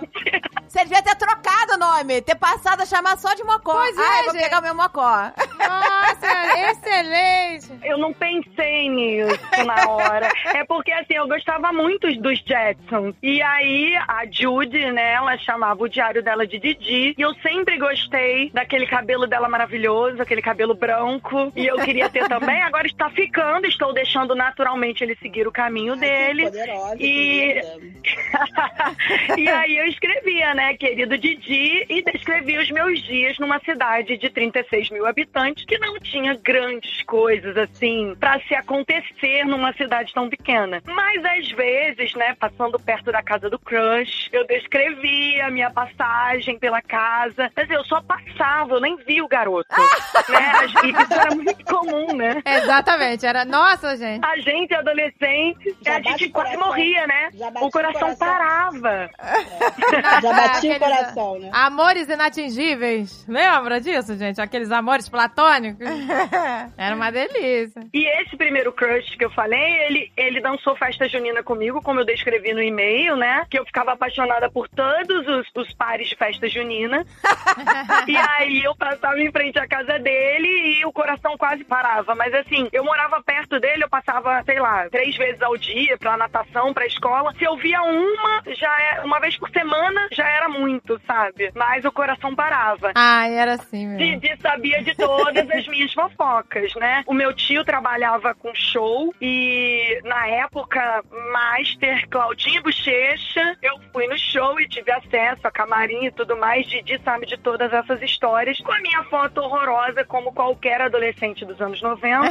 [SPEAKER 2] Você devia ter trocado o nome, ter passado a chamar só de mocó.
[SPEAKER 1] Pois é,
[SPEAKER 2] Ai, vou
[SPEAKER 1] gente.
[SPEAKER 2] pegar o meu mocó.
[SPEAKER 1] Nossa, excelente!
[SPEAKER 6] Eu não pensei nisso na hora. É porque, assim, eu gostava muito dos Jetsons. E aí, a Judy, né, ela chamava o diário dela de Didi. E eu sempre gostei daquele cabelo dela maravilhoso, aquele cabelo branco. E eu queria ter também. Agora está ficando, estou deixando naturalmente ele seguir o caminho dele.
[SPEAKER 3] Poderosa,
[SPEAKER 6] E-
[SPEAKER 3] querida.
[SPEAKER 6] e aí eu escrevia, né, querido Didi, e descrevia os meus dias numa cidade de 36 mil habitantes que não tinha grandes coisas, assim, pra se acontecer numa cidade tão pequena. Mas às vezes, né, passando perto da casa do crush, eu descrevia a minha passagem pela casa. Mas eu só passava, eu nem via o garoto. né? E isso era muito comum, né?
[SPEAKER 1] Exatamente, era. Nossa, gente.
[SPEAKER 6] A gente, adolescente,
[SPEAKER 3] Já
[SPEAKER 6] a
[SPEAKER 3] bate
[SPEAKER 6] gente
[SPEAKER 3] o
[SPEAKER 6] quase
[SPEAKER 3] coração.
[SPEAKER 6] morria, né?
[SPEAKER 3] Já bate
[SPEAKER 6] O coração parava.
[SPEAKER 3] Já bati o
[SPEAKER 1] Aqueles-
[SPEAKER 3] coração, né?
[SPEAKER 1] Amores inatingíveis. Lembra disso, gente? Aqueles amores platônicos. Era uma delícia.
[SPEAKER 6] E esse primeiro crush que eu falei, ele, ele dançou festa junina comigo, como eu descrevi no e-mail, né? Que eu ficava apaixonada por todos os, os pares de festa junina. e aí eu passava em frente à casa dele e o coração quase parava. Mas assim, eu morava perto dele, eu passava, sei lá, três vezes ao dia pra natação, pra escola. Se eu via uma, já é, uma vez por semana, já era muito, sabe? Mas o coração parava.
[SPEAKER 1] Ai, era assim mesmo.
[SPEAKER 6] Didi sabia de todas as minhas fofocas, né? O meu tio trabalhava com show e, na época, Master Claudinho Bochecha, eu fui no show e tive acesso a camarim e tudo mais. Didi sabe de todas essas histórias. Com a minha foto horrorosa, como qualquer adolescente dos anos 90,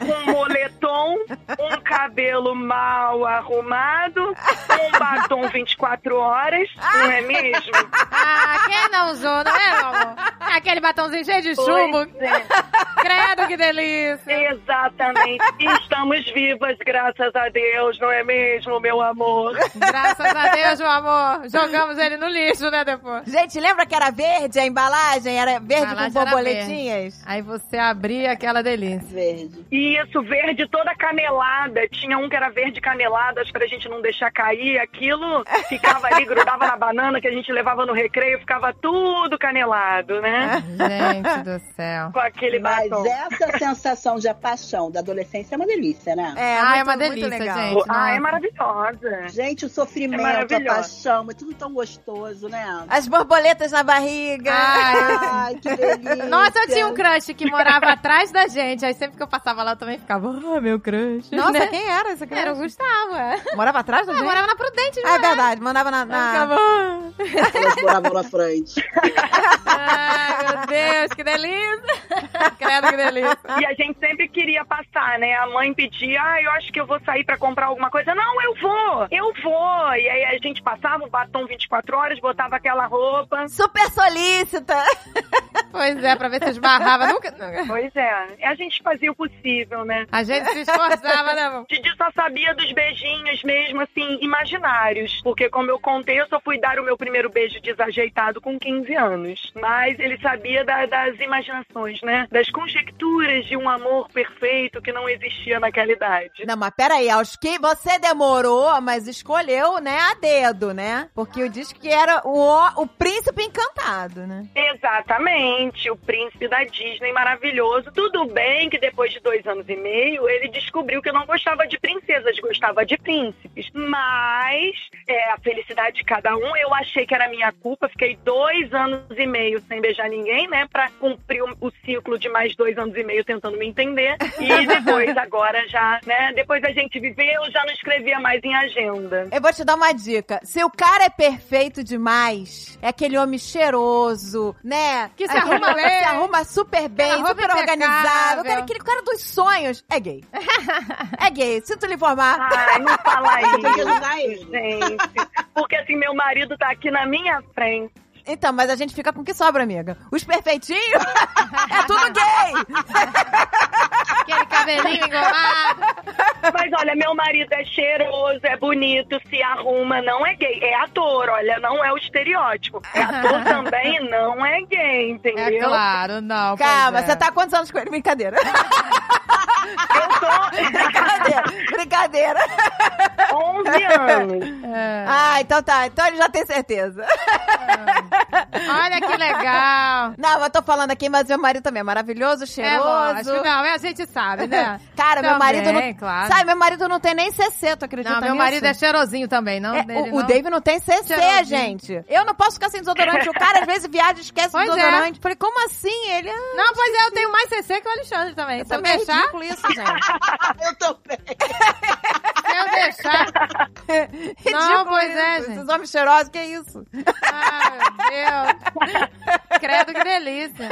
[SPEAKER 6] com um moletom, um cabelo mal arrumado, um batom 24 horas, não é mesmo?
[SPEAKER 1] Ah, quem não usou, não é, meu amor? Aquele batomzinho cheio de chumbo.
[SPEAKER 6] Pois é.
[SPEAKER 1] Credo, que delícia.
[SPEAKER 6] Exatamente. Estamos vivas, graças a Deus, não é mesmo, meu amor?
[SPEAKER 1] Graças a Deus, meu amor. Jogamos ele no lixo, né, depois.
[SPEAKER 2] Gente, lembra que era verde a embalagem? Era verde
[SPEAKER 1] Embalagem
[SPEAKER 2] com
[SPEAKER 1] era
[SPEAKER 2] borboletinhas?
[SPEAKER 1] Aí você abria aquela delícia.
[SPEAKER 3] Verde.
[SPEAKER 6] E isso, verde toda canelada. Tinha um que era verde canelada, acho que pra gente não deixar cair. Aquilo ficava ali, grudava na banana que a gente levava no recreio, ficava tudo canelado,
[SPEAKER 1] Ah.
[SPEAKER 6] né?
[SPEAKER 1] Gente do céu.
[SPEAKER 6] Com aquele
[SPEAKER 3] Mas é
[SPEAKER 6] batom. Ah,
[SPEAKER 3] essa sensação de paixão da adolescência é uma delícia, né?
[SPEAKER 2] É,
[SPEAKER 1] Ah, é uma
[SPEAKER 2] muito- muito
[SPEAKER 1] delícia,
[SPEAKER 2] legal.
[SPEAKER 1] gente.
[SPEAKER 6] Ah,
[SPEAKER 1] nossa.
[SPEAKER 6] é maravilhosa.
[SPEAKER 3] Gente, o
[SPEAKER 6] É
[SPEAKER 3] sofrimento, a
[SPEAKER 6] maravilhosa.
[SPEAKER 3] paixão, é tudo tão gostoso,
[SPEAKER 1] É.
[SPEAKER 3] né?
[SPEAKER 2] As borboletas na barriga.
[SPEAKER 1] Ah, Ai,
[SPEAKER 3] Ai, que delícia.
[SPEAKER 1] Nossa, eu tinha um crush que morava atrás da gente. Aí sempre que eu passava lá, eu também ficava, ah, meu crush.
[SPEAKER 2] Nossa,
[SPEAKER 1] Né?
[SPEAKER 2] quem era essa
[SPEAKER 1] Era o
[SPEAKER 2] cara?
[SPEAKER 1] Gustavo, é.
[SPEAKER 2] Morava atrás da
[SPEAKER 1] Eu
[SPEAKER 2] gente?
[SPEAKER 1] morava na Prudente,
[SPEAKER 2] Ah, é
[SPEAKER 1] né?
[SPEAKER 2] verdade, mandava na... na-
[SPEAKER 1] Ficava, "Ah".
[SPEAKER 3] Elas moravam na frente.
[SPEAKER 1] Ai, meu Deus, que delícia. Credo, que delícia.
[SPEAKER 6] E a gente sempre queria passar, né? A mãe pedia, ah, eu acho que eu vou sair pra comprar alguma coisa. Não, eu vou, eu vou. E aí a gente passava o batom 24 horas, botava aquela roupa.
[SPEAKER 2] Super solícita.
[SPEAKER 1] Pois é, pra ver se esbarrava. Nunca...
[SPEAKER 6] Pois é. A gente fazia o possível, né?
[SPEAKER 1] A gente se esforçava, né, amor?
[SPEAKER 6] Didi só sabia dos beijinhos mesmo, assim, imaginários. Porque, como eu contei, eu só fui dar o meu primeiro beijo desajeitado com 15 anos. Mas ele sabia da- das imaginações, né? Das conjecturas de um amor perfeito que não existia naquela idade.
[SPEAKER 2] Não, mas peraí, aos que você demorou, mas escolheu, né, a dedo, né? Porque eu disse que era o, o príncipe encantado, né?
[SPEAKER 6] Exatamente, o príncipe da Disney maravilhoso. Tudo bem que depois de dois anos e meio ele descobriu que não gostava de princesas, gostava de príncipes. Mas é a felicidade de cada um. Eu achei que era minha culpa, fiquei dois anos e meio sem beijar ninguém, né? Pra cumprir o, o ciclo de mais dois anos e meio tentando me entender. E depois, agora já, né? Depois a gente viveu, já não escrevia mais em agenda.
[SPEAKER 2] Eu vou te dar uma dica. Se o cara é perfeito demais, é aquele homem cheiroso, né?
[SPEAKER 1] Que se arruma bem.
[SPEAKER 2] Se arruma super bem,
[SPEAKER 1] Aquela roupa
[SPEAKER 2] super
[SPEAKER 1] impecável.
[SPEAKER 2] organizado. O cara, aquele cara dos sonhos é gay. é gay, sinto lhe informar.
[SPEAKER 6] Ai, não fala
[SPEAKER 3] Tem que
[SPEAKER 6] isso.
[SPEAKER 3] ajudar ele.
[SPEAKER 6] Gente, porque assim, meu marido tá aqui na minha frente.
[SPEAKER 2] Então, mas a gente fica com o que sobra, amiga. Os perfeitinhos é tudo gay.
[SPEAKER 1] Aquele cabelinho engomado.
[SPEAKER 6] Mas olha, meu marido é cheiroso, é bonito, se arruma, não é gay. É ator, olha, não é o estereótipo. É ator também e não é gay,
[SPEAKER 1] É
[SPEAKER 6] entendeu?
[SPEAKER 1] claro, não. pois
[SPEAKER 2] Calma,
[SPEAKER 1] é.
[SPEAKER 2] você tá há quantos anos com ele? Brincadeira.
[SPEAKER 6] Eu
[SPEAKER 2] Brincadeira. Brincadeira.
[SPEAKER 6] tô 11 anos.
[SPEAKER 1] É.
[SPEAKER 2] Ah, então tá. Então ele já tem certeza.
[SPEAKER 1] Olha que legal.
[SPEAKER 2] Não, eu tô falando aqui, mas meu marido também é maravilhoso,
[SPEAKER 1] É
[SPEAKER 2] cheiroso.
[SPEAKER 1] lógico, não, é, a gente sabe, né?
[SPEAKER 2] Cara, meu
[SPEAKER 1] Também,
[SPEAKER 2] marido não.
[SPEAKER 1] claro.
[SPEAKER 2] Sabe, meu marido não tem nem CC, tu acredita
[SPEAKER 1] Não, meu
[SPEAKER 2] nisso?
[SPEAKER 1] marido é cheirosinho também, não?
[SPEAKER 2] tá assim. É,
[SPEAKER 1] dele,
[SPEAKER 2] o, o
[SPEAKER 1] não?
[SPEAKER 2] Dave não tem CC,
[SPEAKER 1] Cheirosinho.
[SPEAKER 2] gente. Eu não posso ficar sem desodorante. O cara às vezes viaja e esquece o
[SPEAKER 1] Pois é.
[SPEAKER 2] desodorante. Falei, como assim? Ele. ah,
[SPEAKER 1] Não, pois é, eu tenho mais CC que o Alexandre também. Se eu
[SPEAKER 2] também é
[SPEAKER 1] deixar,
[SPEAKER 2] ridículo isso, gente.
[SPEAKER 3] Eu também.
[SPEAKER 1] se eu deixar. Não,
[SPEAKER 2] Ridículo
[SPEAKER 1] pois é,
[SPEAKER 2] isso.
[SPEAKER 1] gente.
[SPEAKER 2] Esses homens cheirosos, que isso?
[SPEAKER 1] Ah, meu Deus. Credo que delícia.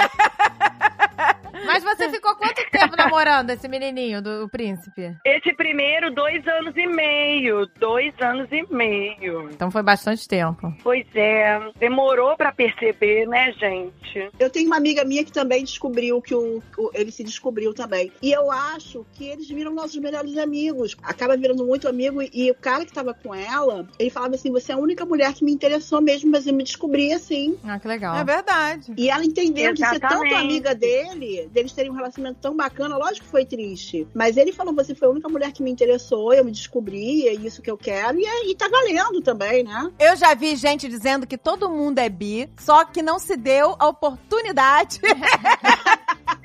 [SPEAKER 1] Mas você ficou quanto tempo namorando esse menininho do o príncipe?
[SPEAKER 6] Esse primeiro, dois anos e meio. Dois anos e meio.
[SPEAKER 1] Então foi bastante tempo.
[SPEAKER 6] Pois é, demorou pra perceber, né, gente?
[SPEAKER 3] Eu tenho uma amiga minha que também descobriu que o, o- ele se descobriu também. E eu acho que eles viram nossos melhores amigos. Acaba virando muito amigo. E o cara que tava com ela, ele falava assim: você é a única mulher que me interessou mesmo, mas eu me descobri assim.
[SPEAKER 1] Ah, que legal.
[SPEAKER 2] É verdade.
[SPEAKER 3] E ela entendeu que ser
[SPEAKER 6] Exatamente.
[SPEAKER 3] tanto amiga dele, deles terem um relacionamento tão bacana, lógico que foi triste. Mas ele falou: você foi a única mulher que me interessou, eu me descobri, é isso que eu quero. E, é- e tá valendo também, né?
[SPEAKER 2] Eu já vi gente dizendo que todo mundo é bi, só que não se deu a oportunidade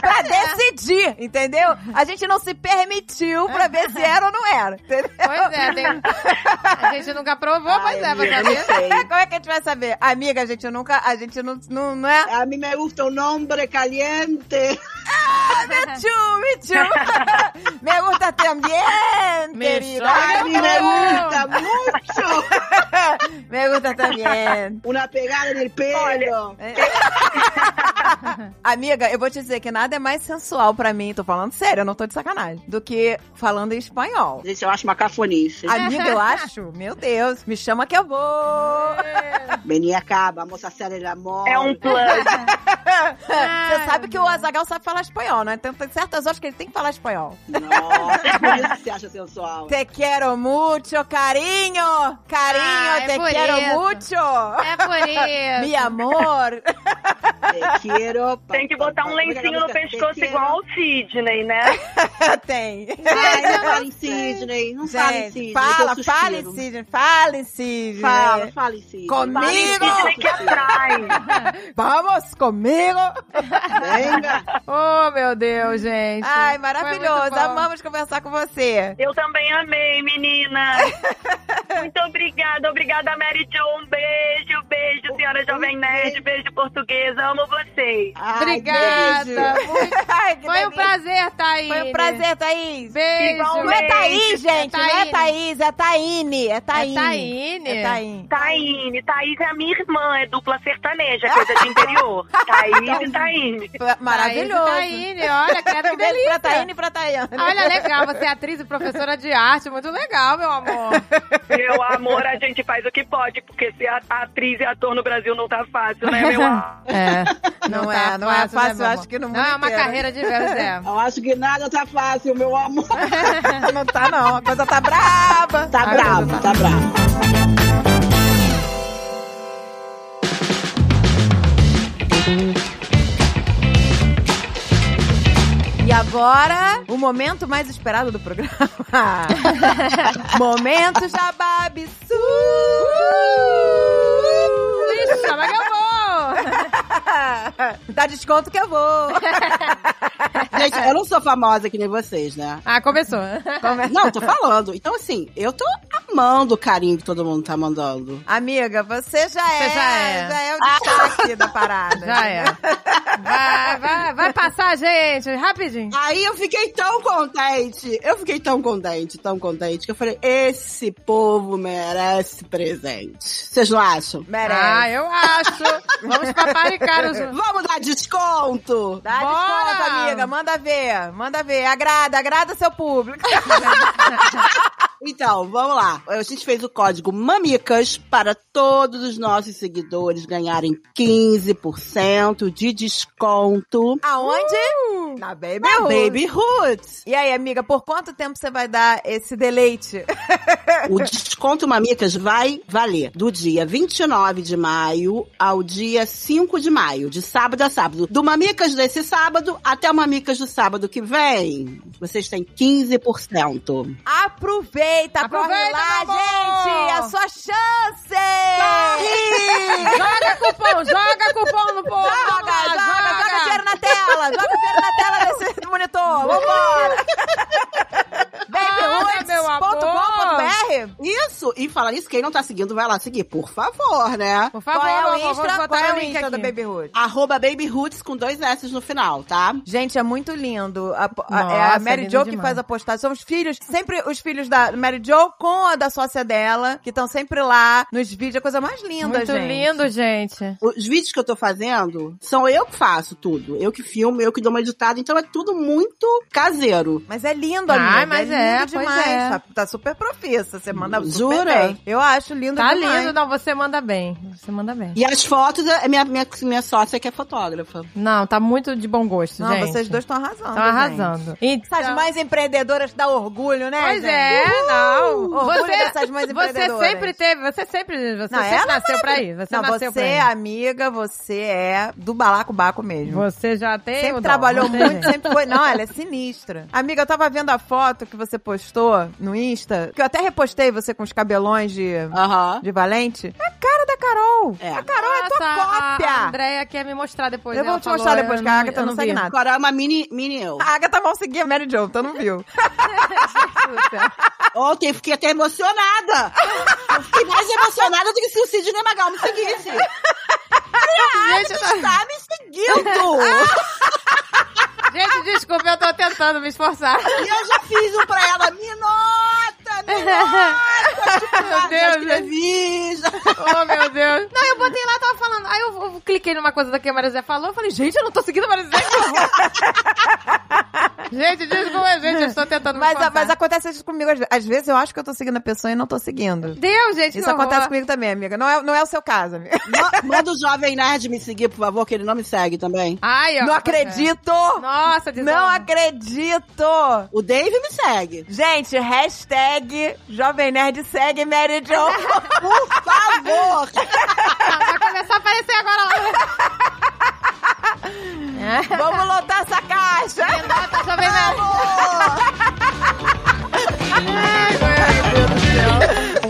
[SPEAKER 2] pra decidir, entendeu? A gente não se permitiu pra ver se era ou não era, entendeu?
[SPEAKER 1] Pois é, tem... a gente nunca provou,
[SPEAKER 3] Ai,
[SPEAKER 1] pois é, mas
[SPEAKER 3] amiga,
[SPEAKER 1] sabia?
[SPEAKER 3] não sei.
[SPEAKER 2] Como é que a gente vai saber? Amiga, a gente nunca. A gente não. Não, não é.
[SPEAKER 3] A mim me gusta o nombre caliente.
[SPEAKER 2] Me too, me too. Me gusta também,
[SPEAKER 1] Me
[SPEAKER 2] querida.
[SPEAKER 1] choca.
[SPEAKER 3] A mim me gusta muito.
[SPEAKER 2] Me gusta também.
[SPEAKER 3] Una pegada no pelo.
[SPEAKER 6] Olha.
[SPEAKER 2] Amiga, eu vou te dizer que nada é mais sensual pra mim, tô falando sério, eu não tô de sacanagem, do que falando em espanhol.
[SPEAKER 3] Gente, eu acho uma cafonice.
[SPEAKER 2] Amiga, eu acho. Meu Deus, me chama que eu vou.
[SPEAKER 3] Beni acaba, moça séria, ele amor.
[SPEAKER 6] É um plano.
[SPEAKER 1] É.
[SPEAKER 2] Você sabe que o Azagal sabe falar espanhol, né? Tem, tem certas horas que ele tem que falar espanhol.
[SPEAKER 3] Nossa, por isso que você acha sensual.
[SPEAKER 2] Te quero mucho, carinho! Carinho,
[SPEAKER 1] Ah, é
[SPEAKER 2] te
[SPEAKER 1] por
[SPEAKER 2] quero
[SPEAKER 1] isso.
[SPEAKER 2] mucho!
[SPEAKER 1] É por isso.
[SPEAKER 2] Mi amor!
[SPEAKER 3] Te quero, pá,
[SPEAKER 6] Tem que
[SPEAKER 3] pá,
[SPEAKER 6] botar
[SPEAKER 3] pá.
[SPEAKER 6] um
[SPEAKER 3] Como é que é a
[SPEAKER 6] lencinho no
[SPEAKER 3] música? Te
[SPEAKER 6] pescoço
[SPEAKER 3] quero.
[SPEAKER 6] igual o Sidney, né?
[SPEAKER 2] tem.
[SPEAKER 3] Ai, não fala em Sidney. Não fala em Sidney.
[SPEAKER 2] Gente, fala,
[SPEAKER 3] que eu
[SPEAKER 2] fala em
[SPEAKER 3] suspiro.
[SPEAKER 2] Sidney, fala em Sidney.
[SPEAKER 3] Fala, fala em Sidney. é
[SPEAKER 2] Comigo!
[SPEAKER 6] Fala em Sidney que atrai.
[SPEAKER 2] Vamos comigo!
[SPEAKER 3] Venga.
[SPEAKER 1] Oh, meu Deus, gente.
[SPEAKER 2] Ai,
[SPEAKER 1] Foi muito
[SPEAKER 2] maravilhoso!
[SPEAKER 1] bom.
[SPEAKER 2] Amamos conversar com você.
[SPEAKER 6] Eu também amei, menina. Muito obrigada, obrigada, Mary Jo. Um beijo, beijo, senhora Jovem Nerd, Um beijo portuguesa, amo vocês.
[SPEAKER 3] Ai,
[SPEAKER 1] Obrigada.
[SPEAKER 3] beijo.
[SPEAKER 1] Muito-
[SPEAKER 2] Ai, que
[SPEAKER 1] Foi um
[SPEAKER 2] delícia.
[SPEAKER 1] prazer, Thaís.
[SPEAKER 2] Foi um prazer, Thaís.
[SPEAKER 1] Beijo.
[SPEAKER 2] Não é
[SPEAKER 6] Igualmente.
[SPEAKER 2] Thaís, gente. Não é
[SPEAKER 1] Taíne.
[SPEAKER 2] Thaís, é Taíne. É Taíne.
[SPEAKER 1] Taíne.
[SPEAKER 2] É Taíne.
[SPEAKER 1] Tá,
[SPEAKER 6] Taíne, Thaís é a minha irmã, é dupla sertaneja, coisa de é interior. Thaís Thaís e Taíne.
[SPEAKER 2] Maravilhoso.
[SPEAKER 1] Taíne, olha, cara, que
[SPEAKER 2] Um beijo pra
[SPEAKER 1] delícia.
[SPEAKER 2] Taíne e pra Tayana.
[SPEAKER 1] Olha, legal, você é atriz e professora de arte, muito legal, meu amor.
[SPEAKER 6] Meu amor, a gente faz o que pode, porque ser a- atriz e ator no Brasil não tá fácil, né, meu amor?
[SPEAKER 1] É,
[SPEAKER 2] Não é, não é fácil,
[SPEAKER 1] meu
[SPEAKER 2] eu
[SPEAKER 1] amor?
[SPEAKER 2] acho que no
[SPEAKER 1] Não
[SPEAKER 2] mundo
[SPEAKER 1] é uma
[SPEAKER 2] inteiro.
[SPEAKER 1] carreira de veras, é.
[SPEAKER 3] Eu acho que nada tá fácil, meu amor.
[SPEAKER 2] Não tá, não. A coisa tá braba.
[SPEAKER 3] Tá
[SPEAKER 1] Ai, meu
[SPEAKER 3] bravo,
[SPEAKER 1] Deus.
[SPEAKER 3] tá bravo.
[SPEAKER 2] E agora, o momento mais esperado do programa. momento Jabá Absurdo!
[SPEAKER 1] Ixi, chama que eu vou. Uh!
[SPEAKER 2] Dá desconto que eu vou.
[SPEAKER 3] Gente, eu não sou famosa que nem vocês, né?
[SPEAKER 1] Ah, começou.
[SPEAKER 3] Não, tô falando. Então, assim, eu tô amando o carinho que todo mundo tá mandando.
[SPEAKER 2] Amiga, você já é.
[SPEAKER 1] já é. Ah.
[SPEAKER 2] já é o destaque da parada.
[SPEAKER 1] Já é. Vai, vai, vai passar, gente, rapidinho.
[SPEAKER 3] Aí eu fiquei tão contente, eu fiquei tão contente, tão contente, que eu falei, esse povo merece presente. Vocês não acham?
[SPEAKER 2] Merece.
[SPEAKER 1] Ah, eu acho. Vamos paparicar os...
[SPEAKER 3] Vamos dar desconto!
[SPEAKER 2] Dá
[SPEAKER 1] Bora!
[SPEAKER 2] desconto, amiga. Manda ver. Manda ver. Agrada, agrada seu público.
[SPEAKER 3] Então, vamos lá. A gente fez o código MAMICAS para todos os nossos seguidores ganharem 15% de desconto
[SPEAKER 2] Aonde?
[SPEAKER 1] Uh!
[SPEAKER 2] Na Baby
[SPEAKER 3] na
[SPEAKER 2] Ruth.
[SPEAKER 3] Baby Roots.
[SPEAKER 2] E aí, amiga, por quanto tempo você vai dar esse deleite?
[SPEAKER 3] O desconto Mamicas vai valer do dia 29 de maio ao dia 5 de maio, de sábado a sábado. Do Mamicas desse sábado até o Mamicas do sábado que vem. Vocês têm 15%.
[SPEAKER 2] Aproveita, corre
[SPEAKER 1] Aproveita,
[SPEAKER 2] lá,
[SPEAKER 1] meu amor!
[SPEAKER 2] gente! A sua chance!
[SPEAKER 1] Joga cupom, joga cupom no povo.
[SPEAKER 2] Joga,
[SPEAKER 1] vamos lá,
[SPEAKER 2] joga, joga, dinheiro na tela! Joga dinheiro na tela desse monitor! Vambora!
[SPEAKER 1] Joga, meu amor.
[SPEAKER 2] Babyhoods.com.br
[SPEAKER 3] Isso! E falar isso, quem não tá seguindo, vai lá seguir, por favor, né?
[SPEAKER 1] Por favor,
[SPEAKER 2] Qual é
[SPEAKER 1] meu
[SPEAKER 2] o
[SPEAKER 1] amor, vamos
[SPEAKER 2] Insta?
[SPEAKER 1] botar
[SPEAKER 2] Qual é
[SPEAKER 1] no
[SPEAKER 2] o
[SPEAKER 1] link
[SPEAKER 2] Insta
[SPEAKER 1] aqui.
[SPEAKER 2] do Babyhood?
[SPEAKER 3] Arroba Baby Roots com dois S no final, tá?
[SPEAKER 2] Gente, é muito lindo. A, po- a-
[SPEAKER 1] Nossa,
[SPEAKER 2] é a Mary
[SPEAKER 1] lindo
[SPEAKER 2] Jo que
[SPEAKER 1] demais.
[SPEAKER 2] faz a postagem. São os filhos, sempre os filhos da Mary Jo com a da sócia dela, que estão sempre lá nos vídeos. É a coisa mais linda,
[SPEAKER 1] Muito
[SPEAKER 2] gente.
[SPEAKER 1] lindo, gente.
[SPEAKER 3] Os vídeos que eu tô fazendo são eu que faço tudo. Eu que filmo, eu que dou uma editada, então é tudo muito caseiro.
[SPEAKER 2] Mas é lindo, amiga.
[SPEAKER 1] Ai, mas
[SPEAKER 2] é
[SPEAKER 1] é,
[SPEAKER 2] lindo
[SPEAKER 1] pois
[SPEAKER 2] demais.
[SPEAKER 1] é.
[SPEAKER 2] Tá, tá super profissa. Você manda super
[SPEAKER 3] Jura?
[SPEAKER 2] bem. Eu acho lindo
[SPEAKER 1] Tá
[SPEAKER 2] demais.
[SPEAKER 1] lindo, não, você manda bem. Você manda bem.
[SPEAKER 3] E as fotos é minha, minha, minha sócia que é fotógrafa.
[SPEAKER 1] Não, tá muito de bom gosto,
[SPEAKER 2] Não,
[SPEAKER 1] gente.
[SPEAKER 2] vocês dois estão arrasando.
[SPEAKER 1] estão arrasando.
[SPEAKER 2] gente. Essas
[SPEAKER 1] Então-
[SPEAKER 2] mães empreendedoras dá orgulho, né?
[SPEAKER 1] Pois
[SPEAKER 2] gente?
[SPEAKER 1] é, não.
[SPEAKER 2] Orgulho
[SPEAKER 1] Você,
[SPEAKER 2] dessas mães
[SPEAKER 1] você
[SPEAKER 2] empreendedoras.
[SPEAKER 1] sempre teve, você sempre, você
[SPEAKER 2] Não,
[SPEAKER 1] sempre
[SPEAKER 2] ela é
[SPEAKER 1] nasceu pra ir. Você
[SPEAKER 2] Não,
[SPEAKER 1] nasceu
[SPEAKER 2] você, é
[SPEAKER 1] pra ir.
[SPEAKER 2] amiga, você é do balacobaco mesmo.
[SPEAKER 1] Você já tem o
[SPEAKER 2] Sempre
[SPEAKER 1] dom,
[SPEAKER 2] trabalhou
[SPEAKER 1] não tem
[SPEAKER 2] muito,
[SPEAKER 1] jeito.
[SPEAKER 2] sempre foi. Não, ela é sinistra. Amiga, eu tava vendo a foto que você postou no Insta, que eu até repostei você com os cabelões de,
[SPEAKER 3] Aham.
[SPEAKER 2] de Valente. É a cara da Carol.
[SPEAKER 3] É.
[SPEAKER 2] A Carol é tua
[SPEAKER 1] Nossa, a-
[SPEAKER 2] cópia.
[SPEAKER 1] A Andrea quer me mostrar depois.
[SPEAKER 2] eu vou
[SPEAKER 1] ela
[SPEAKER 2] te
[SPEAKER 1] falou,
[SPEAKER 2] mostrar depois,
[SPEAKER 1] eu
[SPEAKER 2] que a Agatha
[SPEAKER 1] eu
[SPEAKER 2] não, segue
[SPEAKER 1] vi.
[SPEAKER 2] nada.
[SPEAKER 3] Agora é uma mini, mini eu.
[SPEAKER 2] A Agatha mal seguia a Mary Jo, então não viu.
[SPEAKER 3] Ontem fiquei até emocionada. Eu fiquei mais emocionada do que se o Sidney Magal me seguisse.
[SPEAKER 1] Gente, eu tô-
[SPEAKER 3] Tá me seguindo!
[SPEAKER 1] gente, desculpa, eu tô tentando me esforçar.
[SPEAKER 3] E eu já fiz um pra ela. Me nota, tipo, ah, me nota.
[SPEAKER 1] Meu
[SPEAKER 3] já
[SPEAKER 1] Deus,
[SPEAKER 3] escrevi, já...
[SPEAKER 1] Oh, meu Deus. Não, eu botei lá, tava falando. Aí eu, eu cliquei numa coisa que a Maria Zé falou. Eu falei, gente, eu não tô seguindo a Maria Zé. que horror. gente, desculpa, gente, eu estou tentando me
[SPEAKER 2] Mas, a-
[SPEAKER 1] esforçar.
[SPEAKER 2] mas acontece isso comigo. às ve- Às vezes eu acho que eu tô seguindo a pessoa e não tô seguindo.
[SPEAKER 1] Deus, gente,
[SPEAKER 2] Isso
[SPEAKER 1] que horror.
[SPEAKER 2] acontece comigo também, amiga. Não é, não é o seu caso, amiga.
[SPEAKER 3] Ma- Manda o Jovem Nerd me seguir, por favor, que ele não me segue também.
[SPEAKER 1] Ai, ó.
[SPEAKER 2] Não acredito!
[SPEAKER 1] é. Nossa,
[SPEAKER 2] Não
[SPEAKER 1] desonra.
[SPEAKER 2] acredito!
[SPEAKER 3] O Dave me segue.
[SPEAKER 2] Gente, hashtag Jovem Nerd segue Mary Jo.
[SPEAKER 3] Por favor!
[SPEAKER 1] Ah, Vai começar a aparecer agora lá. É.
[SPEAKER 2] Vamos lotar essa caixa.
[SPEAKER 1] Renata, Jovem Nerd. Ai, meu Deus.